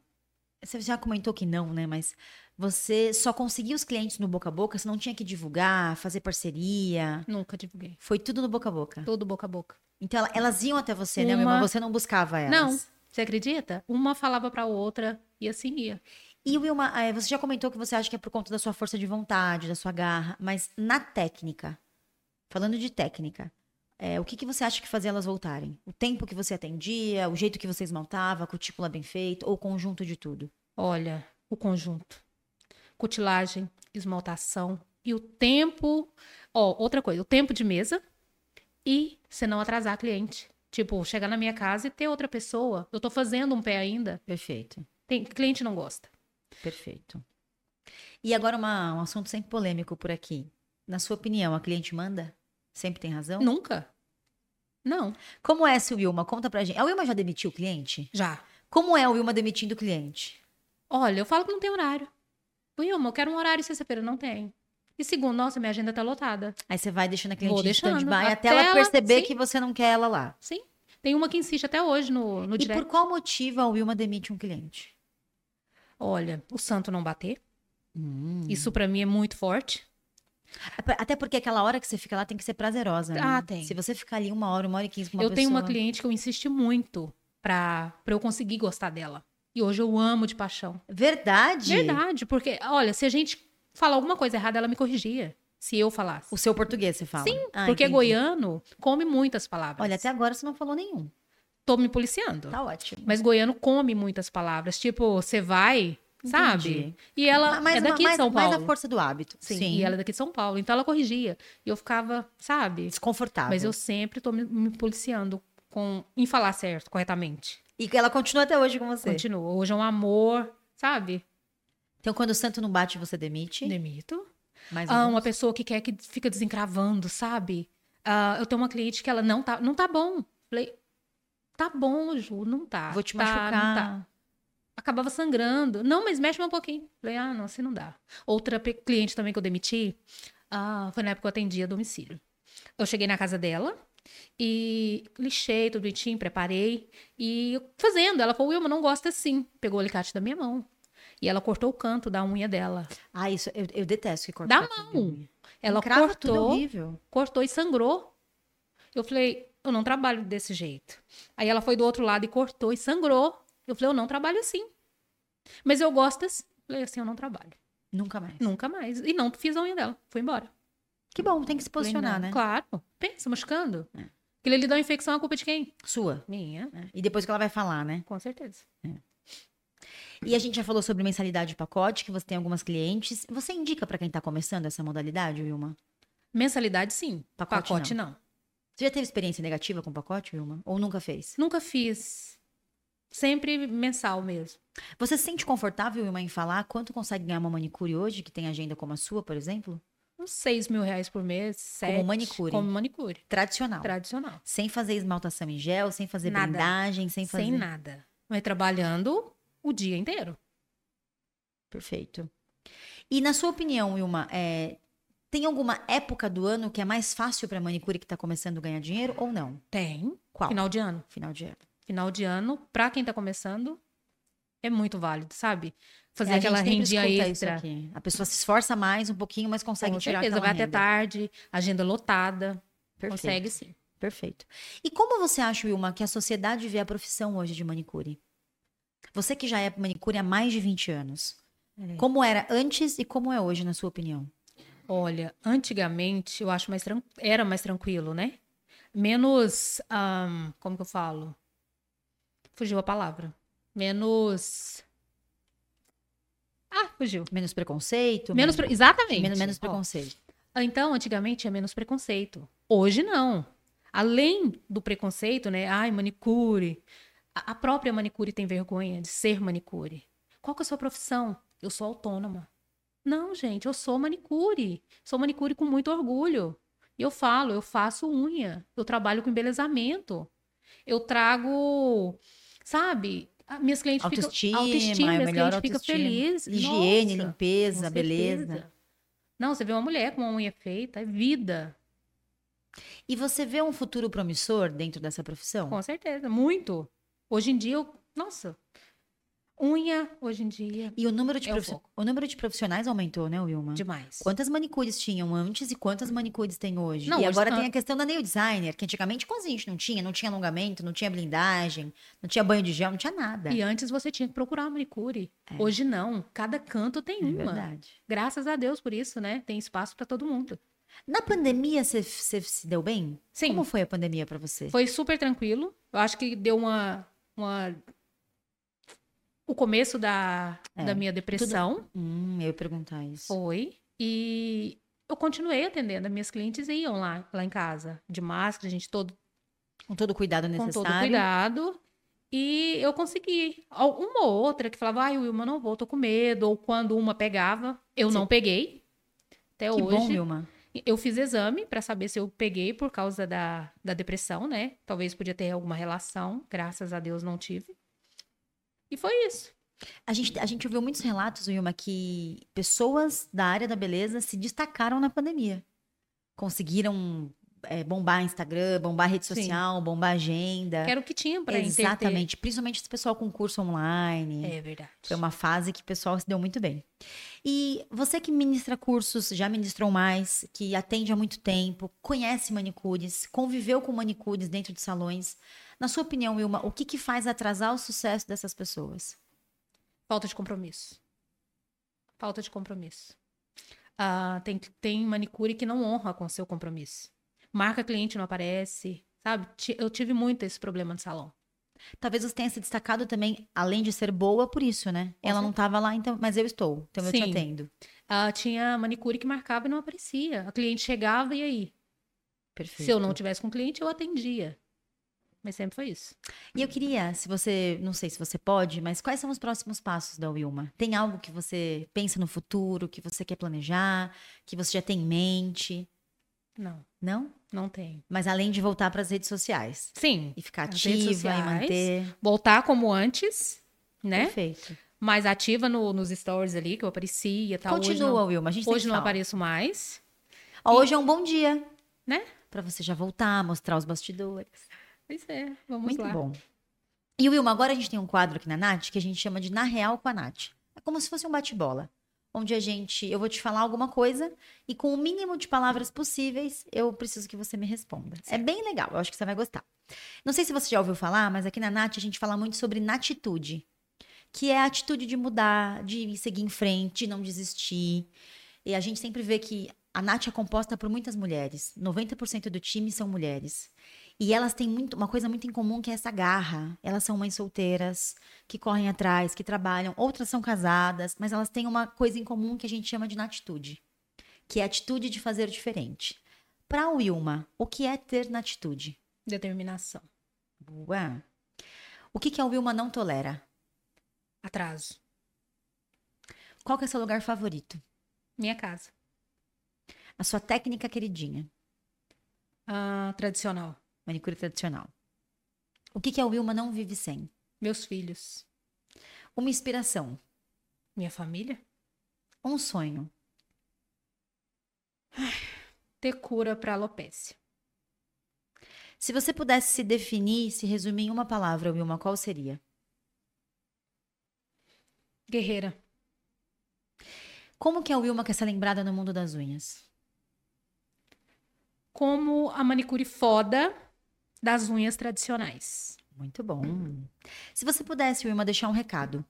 Speaker 1: Você já comentou que não, né? Mas você só conseguia os clientes no boca a boca, você não tinha que divulgar, fazer parceria.
Speaker 2: Nunca divulguei.
Speaker 1: Foi tudo no boca a boca.
Speaker 2: Todo boca a boca.
Speaker 1: Então ela- elas iam até você, né,
Speaker 2: Uma-
Speaker 1: Wilma? Você não buscava elas.
Speaker 2: Não. Você acredita? Uma falava pra outra e assim ia.
Speaker 1: E Wilma, eh, você já comentou que você acha que é por conta da sua força de vontade, da sua garra, mas na técnica, falando de técnica, eh, o que, que você acha que fazia elas voltarem? O tempo que você atendia, o jeito que você esmaltava, a cutícula bem feita, ou o conjunto de tudo?
Speaker 2: Olha, o conjunto. Cutilagem, esmaltação e o tempo. Ó, outra coisa, o tempo de mesa e se não atrasar a cliente. Tipo, chegar na minha casa e ter outra pessoa. Eu tô fazendo um pé ainda.
Speaker 1: Perfeito.
Speaker 2: Tem, cliente não gosta.
Speaker 1: Perfeito. E agora uma- um assunto sempre polêmico por aqui. Na sua opinião, a cliente manda? Sempre tem razão?
Speaker 2: Nunca. Não.
Speaker 1: Como é essa Wilma? Conta pra gente. A Wilma já demitiu o cliente?
Speaker 2: Já.
Speaker 1: Como é o Wilma demitindo o cliente?
Speaker 2: Olha, eu falo que não tem horário. Wilma, eu quero um horário sexta-feira, não tem. E segundo, nossa, minha agenda tá lotada.
Speaker 1: Aí você vai deixando a cliente
Speaker 2: Vou
Speaker 1: em stand-by
Speaker 2: deixando,
Speaker 1: até,
Speaker 2: até
Speaker 1: ela
Speaker 2: ela-
Speaker 1: perceber
Speaker 2: sim.
Speaker 1: que você não quer ela lá.
Speaker 2: Sim. Tem uma que insiste até hoje no, no
Speaker 1: E
Speaker 2: direct.
Speaker 1: por qual motivo a Wilma demite um cliente?
Speaker 2: Olha, o santo não bater. Isso pra mim é muito forte.
Speaker 1: É Até porque aquela hora que você fica lá tem que ser prazerosa. né?
Speaker 2: Ah, tem.
Speaker 1: Se você ficar ali uma hora, uma hora e quinze com uma
Speaker 2: eu tenho uma
Speaker 1: pessoa-
Speaker 2: cliente que eu insisti muito pra, pra eu conseguir gostar dela. E hoje eu amo de paixão.
Speaker 1: Verdade.
Speaker 2: Verdade, porque, olha, se a gente falar alguma coisa errada, ela me corrigia. Se eu falasse.
Speaker 1: O seu português, você fala. Sim,
Speaker 2: porque é goiano come muitas palavras.
Speaker 1: Olha, até agora você não falou nenhum.
Speaker 2: Tô me policiando.
Speaker 1: Tá ótimo.
Speaker 2: Mas goiano come muitas palavras. Tipo, você vai, sabe?
Speaker 1: Entendi.
Speaker 2: E ela
Speaker 1: Mas-
Speaker 2: é daqui
Speaker 1: mas,
Speaker 2: de São
Speaker 1: mas
Speaker 2: Paulo.
Speaker 1: a força do hábito. Sim.
Speaker 2: E ela é daqui de São Paulo. Então ela corrigia. E eu ficava, sabe?
Speaker 1: Desconfortável.
Speaker 2: Mas eu sempre tô me, me policiando com, em falar certo, corretamente.
Speaker 1: E ela continua até hoje com você.
Speaker 2: Continuo. Hoje é um amor, sabe?
Speaker 1: Então, quando o santo não bate, você demite.
Speaker 2: Demito.
Speaker 1: Mais ou
Speaker 2: Ah,
Speaker 1: menos.
Speaker 2: uma pessoa que quer que fica desencravando, sabe? Ah, eu tenho uma cliente que ela não tá, não tá bom. Falei, tá bom, Ju, não tá.
Speaker 1: Vou te
Speaker 2: Tá, não
Speaker 1: machucar.
Speaker 2: tá. acabava sangrando. Não, mas mexe mais um pouquinho. Falei, ah, não, assim não dá. Outra pe- cliente também que eu demiti, ah, foi na época que eu atendia domicílio. Eu cheguei na casa dela e lixei tudo bonitinho, preparei. E eu fazendo, ela falou, Wilma, não gosta assim. Pegou o alicate da minha mão. E ela cortou o canto da unha dela.
Speaker 1: Ah, isso. Eu, eu detesto que corta.
Speaker 2: Da
Speaker 1: o cabelo.
Speaker 2: mão. Ela
Speaker 1: Encrava tudo, é
Speaker 2: cortou
Speaker 1: horrível.
Speaker 2: cortou e sangrou. Eu falei, eu não trabalho desse jeito. Aí ela foi do outro lado e cortou e sangrou. Eu falei, eu não trabalho assim. Mas eu gosto assim. Eu Falei assim, eu não trabalho.
Speaker 1: Nunca mais.
Speaker 2: Nunca mais. E não fiz a unha dela. Fui embora.
Speaker 1: Que bom, tem que se
Speaker 2: Falei,
Speaker 1: posicionar,
Speaker 2: não,
Speaker 1: né?
Speaker 2: Claro. Pensa, machucando. Aquilo ali dá uma infecção, a culpa é de quem?
Speaker 1: Sua.
Speaker 2: Minha.
Speaker 1: né? E depois que ela vai falar, né?
Speaker 2: Com certeza.
Speaker 1: E a gente já falou sobre mensalidade de pacote, que você tem algumas clientes. Você indica pra quem tá começando essa modalidade, Wilma?
Speaker 2: Mensalidade, sim.
Speaker 1: Pacote,
Speaker 2: não.
Speaker 1: Você já teve experiência negativa com pacote, Wilma? Ou nunca fez?
Speaker 2: Nunca fiz. Sempre mensal mesmo.
Speaker 1: Você se sente confortável, Wilma, em falar quanto consegue ganhar uma manicure hoje, que tem agenda como a sua, por exemplo?
Speaker 2: Uns 6 mil reais por mês. Sete,
Speaker 1: manicure.
Speaker 2: Como manicure.
Speaker 1: Tradicional.
Speaker 2: Tradicional.
Speaker 1: Sem fazer esmaltação em gel, sem fazer
Speaker 2: Nada.
Speaker 1: blindagem, sem fazer.
Speaker 2: Sem nada. Mas trabalhando o dia inteiro.
Speaker 1: Perfeito. E na sua opinião, Wilma, é, tem alguma época do ano que é mais fácil pra manicure que tá começando a ganhar dinheiro ou não?
Speaker 2: Tem.
Speaker 1: Qual?
Speaker 2: Final de ano.
Speaker 1: Final de ano.
Speaker 2: Final de ano, pra quem tá começando, é muito válido, sabe? Fazer
Speaker 1: É, a gente
Speaker 2: aquela
Speaker 1: sempre
Speaker 2: rendinha
Speaker 1: escuta isso
Speaker 2: extra.
Speaker 1: aqui. A pessoa se esforça mais um pouquinho, mas consegue
Speaker 2: Com
Speaker 1: tirar
Speaker 2: certeza,
Speaker 1: aquela
Speaker 2: vai até
Speaker 1: renda.
Speaker 2: tarde, agenda lotada.
Speaker 1: Perfeito,
Speaker 2: Consegue sim.
Speaker 1: Perfeito. E como você acha, Wilma, que a sociedade vê a profissão hoje de manicure? Você que já é manicure há mais de 20 anos.
Speaker 2: É.
Speaker 1: Como era antes e como é hoje, na sua opinião?
Speaker 2: Olha, antigamente eu acho mais tran- era mais tranquilo, né? Menos. ahn, como que eu falo? Fugiu a palavra. Menos. Ah, fugiu.
Speaker 1: Menos preconceito?
Speaker 2: Menos, pre- exatamente.
Speaker 1: menos, menos
Speaker 2: Ó,
Speaker 1: preconceito.
Speaker 2: Então, antigamente tinha menos preconceito. Hoje não. Além do preconceito, né? Ai, manicure. A a própria manicure tem vergonha de ser manicure. Qual que é a sua profissão? Eu sou autônoma. Não, gente, eu sou manicure. Sou manicure com muito orgulho. E eu falo, eu faço unha, eu trabalho com embelezamento. Eu trago, sabe? a- Minhas clientes
Speaker 1: Autoestima,
Speaker 2: ficam autoestima, assim,
Speaker 1: é
Speaker 2: minhas
Speaker 1: melhor
Speaker 2: clientes ficam
Speaker 1: autoestima.
Speaker 2: felizes.
Speaker 1: Higiene,
Speaker 2: Nossa. Com
Speaker 1: limpeza,
Speaker 2: certeza.
Speaker 1: beleza.
Speaker 2: Não, você vê uma mulher com uma unha feita, é vida.
Speaker 1: E você vê um futuro promissor dentro dessa profissão?
Speaker 2: Com certeza, muito. Hoje em dia, eu... nossa, unha hoje em dia,
Speaker 1: E o número, de
Speaker 2: É o
Speaker 1: profi-
Speaker 2: foco.
Speaker 1: o número de profissionais aumentou, né, Wilma?
Speaker 2: demais.
Speaker 1: Quantas manicures tinham antes e quantas manicures tem hoje?
Speaker 2: Não,
Speaker 1: e
Speaker 2: hoje
Speaker 1: agora
Speaker 2: tá-
Speaker 1: tem a questão da nail designer, que antigamente quase a gente não tinha, não tinha alongamento, não tinha blindagem, não tinha banho de gel, não tinha nada.
Speaker 2: E antes você tinha que procurar uma manicure.
Speaker 1: É.
Speaker 2: Hoje não, cada canto tem
Speaker 1: É
Speaker 2: uma.
Speaker 1: verdade.
Speaker 2: Graças a Deus por isso, né? Tem espaço pra todo mundo.
Speaker 1: Na pandemia, você se deu bem?
Speaker 2: Sim.
Speaker 1: Como foi a pandemia pra você?
Speaker 2: Foi super tranquilo. Eu acho que deu uma. uma- O começo da,
Speaker 1: É.
Speaker 2: da minha depressão.
Speaker 1: Hum, eu ia perguntar isso.
Speaker 2: Foi. E eu continuei atendendo. As minhas clientes iam lá, lá em casa, de máscara, gente, todo,
Speaker 1: Com todo o cuidado
Speaker 2: com
Speaker 1: necessário.
Speaker 2: todo cuidado. E eu consegui. Al- Uma ou outra que falava, ai, Wilma, não vou, tô com medo. Ou quando uma pegava, eu
Speaker 1: Sim.
Speaker 2: não peguei. Até
Speaker 1: que
Speaker 2: hoje.
Speaker 1: bom, Wilma.
Speaker 2: Eu fiz exame pra saber se eu peguei por causa da, da depressão, né? Talvez podia ter alguma relação. Graças a Deus não tive. E foi isso.
Speaker 1: A gente, a gente ouviu muitos relatos, Wilma, que pessoas da área da beleza se destacaram na pandemia. Conseguiram é, bombar Instagram, bombar rede
Speaker 2: Sim.
Speaker 1: social, bombar agenda.
Speaker 2: Era o que tinha pra entreter.
Speaker 1: É. Exatamente. Principalmente esse pessoal com curso online.
Speaker 2: É verdade.
Speaker 1: Foi uma fase que o pessoal se deu muito bem. E você que ministra cursos, já ministrou mais, que atende há muito tempo, conhece manicures, conviveu com manicures dentro de salões. Na sua opinião, Wilma, o que, que faz atrasar o sucesso dessas pessoas?
Speaker 2: Falta de compromisso. Falta de compromisso. Ah, tem, tem manicure que não honra com seu compromisso. Marca cliente não aparece, sabe? Ti- Eu tive muito esse problema no salão.
Speaker 1: Talvez você tenha se destacado também, além de ser boa, por isso, né?
Speaker 2: Com
Speaker 1: Ela não estava lá, então, mas eu estou, então eu te
Speaker 2: Sim.
Speaker 1: atendo.
Speaker 2: Ah, tinha manicure que marcava e não aparecia. A cliente chegava e aí?
Speaker 1: Perfeito.
Speaker 2: Se eu não tivesse com cliente, eu atendia. Mas sempre foi isso.
Speaker 1: E eu queria, se você, não sei se você pode, mas quais são os próximos passos da Wilma? Tem algo que você pensa no futuro, que você quer planejar, que você já tem em mente?
Speaker 2: Não,
Speaker 1: Não?
Speaker 2: não tem.
Speaker 1: Mas além de voltar para as redes sociais
Speaker 2: Sim,
Speaker 1: e ficar
Speaker 2: As redes
Speaker 1: ativa e
Speaker 2: sociais, né?
Speaker 1: manter.
Speaker 2: voltar como antes, né?
Speaker 1: Perfeito.
Speaker 2: Mais ativa no- nos stories ali, que eu aparecia e tal. Tá, Hoje
Speaker 1: Continua,
Speaker 2: não-
Speaker 1: Wilma. A gente
Speaker 2: Hoje
Speaker 1: tem
Speaker 2: não
Speaker 1: que falar.
Speaker 2: apareço mais.
Speaker 1: Ó, Hoje é um bom dia.
Speaker 2: Né?
Speaker 1: Para você já voltar, mostrar os bastidores.
Speaker 2: Pois é, vamos
Speaker 1: Muito
Speaker 2: lá.
Speaker 1: bom. E Wilma, agora a gente tem um quadro aqui na Nath que a gente chama de Na Real com a Nath. É como se fosse um bate-bola. Onde a gente, eu vou te falar alguma coisa e com o mínimo de palavras possíveis, eu preciso que você me responda. É bem legal, eu acho que você vai gostar. Não sei se você já ouviu falar, mas aqui na Nath a gente fala muito sobre natitude, que é a atitude de mudar, de seguir em frente, de não desistir. E a gente sempre vê que a Nath é composta por muitas mulheres. 90% do time são mulheres. E elas têm muito, uma coisa muito em comum que é essa garra. Elas são mães solteiras, que correm atrás, que trabalham. Outras são casadas, mas elas têm uma coisa em comum que a gente chama de natitude. Que é a atitude de fazer o diferente. Para a Wilma, o que é ter natitude?
Speaker 2: Determinação.
Speaker 1: Boa. O que, que a Wilma não tolera?
Speaker 2: Atraso.
Speaker 1: Qual que é seu lugar favorito?
Speaker 2: Minha casa.
Speaker 1: A sua técnica queridinha,
Speaker 2: Ah, tradicional.
Speaker 1: manicure tradicional. O que, que a Wilma não vive sem?
Speaker 2: Meus filhos.
Speaker 1: Uma inspiração,
Speaker 2: Minha família.
Speaker 1: um sonho.
Speaker 2: Ter cura pra alopecia.
Speaker 1: Se você pudesse se definir, se resumir em uma palavra, Wilma, qual seria?
Speaker 2: Guerreira.
Speaker 1: Como que a Wilma quer ser lembrada no mundo das unhas?
Speaker 2: Como a manicure foda das unhas tradicionais.
Speaker 1: Muito bom. Se você pudesse, Wilma, deixar um recado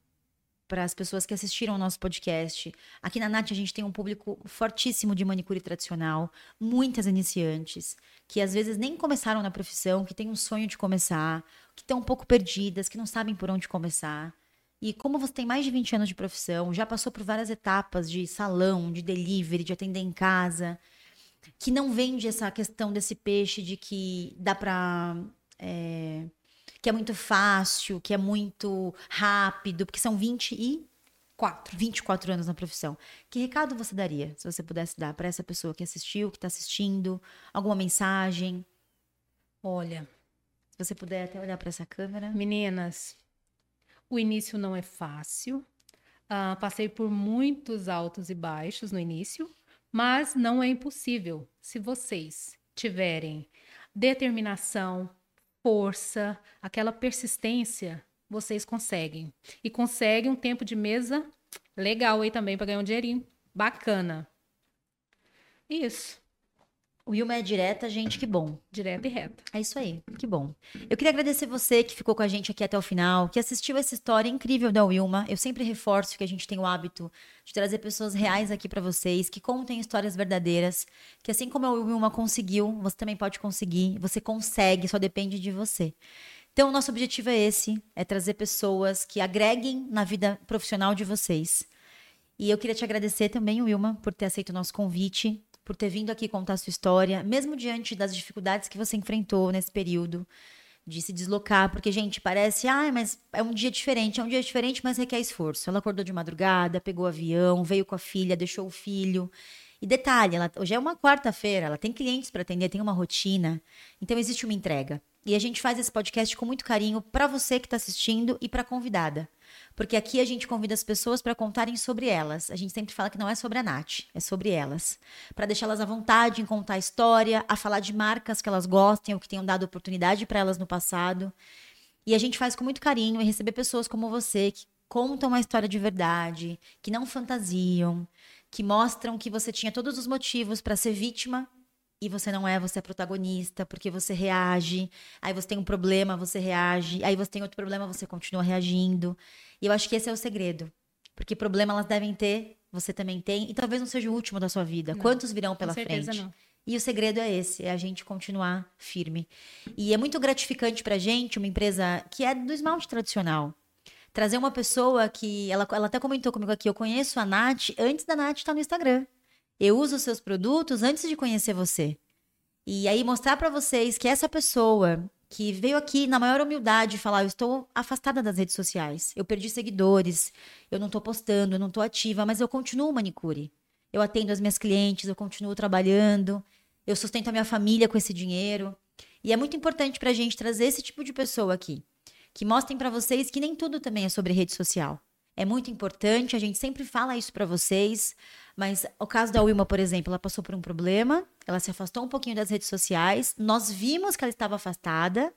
Speaker 1: para as pessoas que assistiram ao nosso podcast. Aqui na Nath a gente tem um público fortíssimo de manicure tradicional, muitas iniciantes, que às vezes nem começaram na profissão, que têm um sonho de começar, que estão um pouco perdidas, que não sabem por onde começar. E como você tem mais de 20 anos de profissão, já passou por várias etapas de salão, de delivery, de atender em casa, que não vende essa questão desse peixe de que dá para que é muito fácil, que é muito rápido, porque são 20 e
Speaker 2: Quatro.
Speaker 1: 24 anos na profissão. Que recado você daria, se você pudesse dar para essa pessoa que assistiu, que está assistindo, alguma mensagem?
Speaker 2: Olha,
Speaker 1: Se você puder até olhar para essa câmera.
Speaker 2: meninas, o início não é fácil. Ah, passei por muitos altos e baixos no início, mas não é impossível se vocês tiverem determinação, força, aquela persistência, vocês conseguem. E conseguem um tempo de mesa legal aí também para ganhar um dinheirinho. Bacana. Isso,
Speaker 1: O Wilma é direta, gente, que bom.
Speaker 2: direto e reto.
Speaker 1: É isso aí, que bom. Eu queria agradecer você que ficou com a gente aqui até o final, que assistiu essa história incrível da Wilma. Eu sempre reforço que a gente tem o hábito de trazer pessoas reais aqui pra vocês, que contem histórias verdadeiras, que assim como a Wilma conseguiu, você também pode conseguir, você consegue, só depende de você. Então, o nosso objetivo é esse, é trazer pessoas que agreguem na vida profissional de vocês. E eu queria te agradecer também, Wilma, por ter aceito o nosso convite, por ter vindo aqui contar a sua história, mesmo diante das dificuldades que você enfrentou nesse período de se deslocar, porque, gente, parece, ah, mas é um dia diferente, é um dia diferente, mas requer esforço. Ela acordou de madrugada, pegou o avião, veio com a filha, deixou o filho. E detalhe, ela, hoje é uma quarta-feira, ela tem clientes para atender, tem uma rotina, então existe uma entrega. E a gente faz esse podcast com muito carinho para você que está assistindo e para convidada. Porque aqui a gente convida as pessoas para contarem sobre elas. A gente sempre fala que não é sobre a Nath, é sobre elas. Para deixá-las à vontade em contar a história, a falar de marcas que elas gostem ou que tenham dado oportunidade para elas no passado. E a gente faz com muito carinho e receber pessoas como você que contam uma história de verdade, que não fantasiam, que mostram que você tinha todos os motivos para ser vítima e você não é, você é protagonista, porque você reage, aí você tem um problema, você reage, aí você tem outro problema, você continua reagindo. E eu acho que esse é o segredo. Porque problema elas devem ter, você também tem, e talvez não seja o último da sua vida.
Speaker 2: Não,
Speaker 1: Quantos virão pela
Speaker 2: certeza
Speaker 1: frente?
Speaker 2: não.
Speaker 1: E o segredo é esse, é a gente continuar firme. E é muito gratificante pra gente, uma empresa que é do esmalte tradicional. Trazer uma pessoa que. Ela, ela até comentou comigo aqui, eu conheço a Nath antes da Nath estar no Instagram. Eu uso os seus produtos antes de conhecer você. E aí mostrar pra vocês que essa pessoa que veio aqui na maior humildade falar, eu estou afastada das redes sociais, eu perdi seguidores, eu não tô postando, eu não tô ativa, mas eu continuo manicure. Eu atendo as minhas clientes, eu continuo trabalhando, eu sustento a minha família com esse dinheiro. E é muito importante pra gente trazer esse tipo de pessoa aqui, que mostrem pra vocês que nem tudo também é sobre rede social. É muito importante, a gente sempre fala isso pra vocês, mas o caso da Wilma, por exemplo, ela passou por um problema, ela se afastou um pouquinho das redes sociais, nós vimos que ela estava afastada,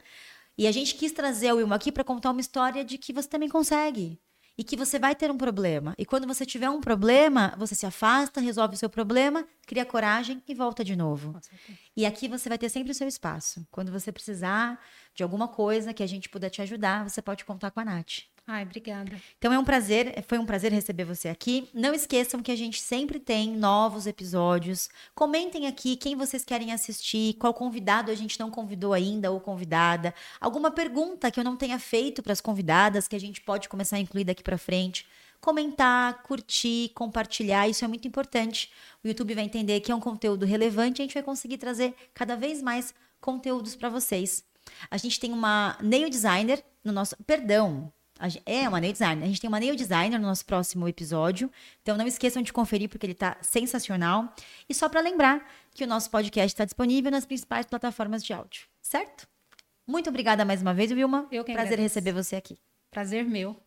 Speaker 1: e a gente quis trazer a Wilma aqui pra contar uma história de que você também consegue. E que você vai ter um problema. E quando você tiver um problema, você se afasta, resolve o seu problema, cria coragem e volta de novo.
Speaker 2: Com certeza.
Speaker 1: E aqui você vai ter sempre o seu espaço. Quando você precisar de alguma coisa que a gente puder te ajudar, você pode contar com a Nath.
Speaker 2: Ai, obrigada.
Speaker 1: Então é um prazer, foi um prazer receber você aqui. Não esqueçam que a gente sempre tem novos episódios. Comentem aqui quem vocês querem assistir, qual convidado a gente não convidou ainda ou convidada, alguma pergunta que eu não tenha feito para as convidadas que a gente pode começar a incluir daqui para frente. Comentar, curtir, compartilhar, isso é muito importante. O YouTube vai entender que é um conteúdo relevante e a gente vai conseguir trazer cada vez mais conteúdos para vocês. A gente tem uma nail designer no nosso. Perdão. a gen- É uma nail designer. A gente tem uma nail designer no nosso próximo episódio. Então não esqueçam de conferir, porque ele tá sensacional. E só para lembrar que o nosso podcast está disponível nas principais plataformas de áudio, certo? Muito obrigada mais uma vez, Wilma.
Speaker 2: Eu quem
Speaker 1: Prazer
Speaker 2: agradeço.
Speaker 1: receber você aqui.
Speaker 2: Prazer meu.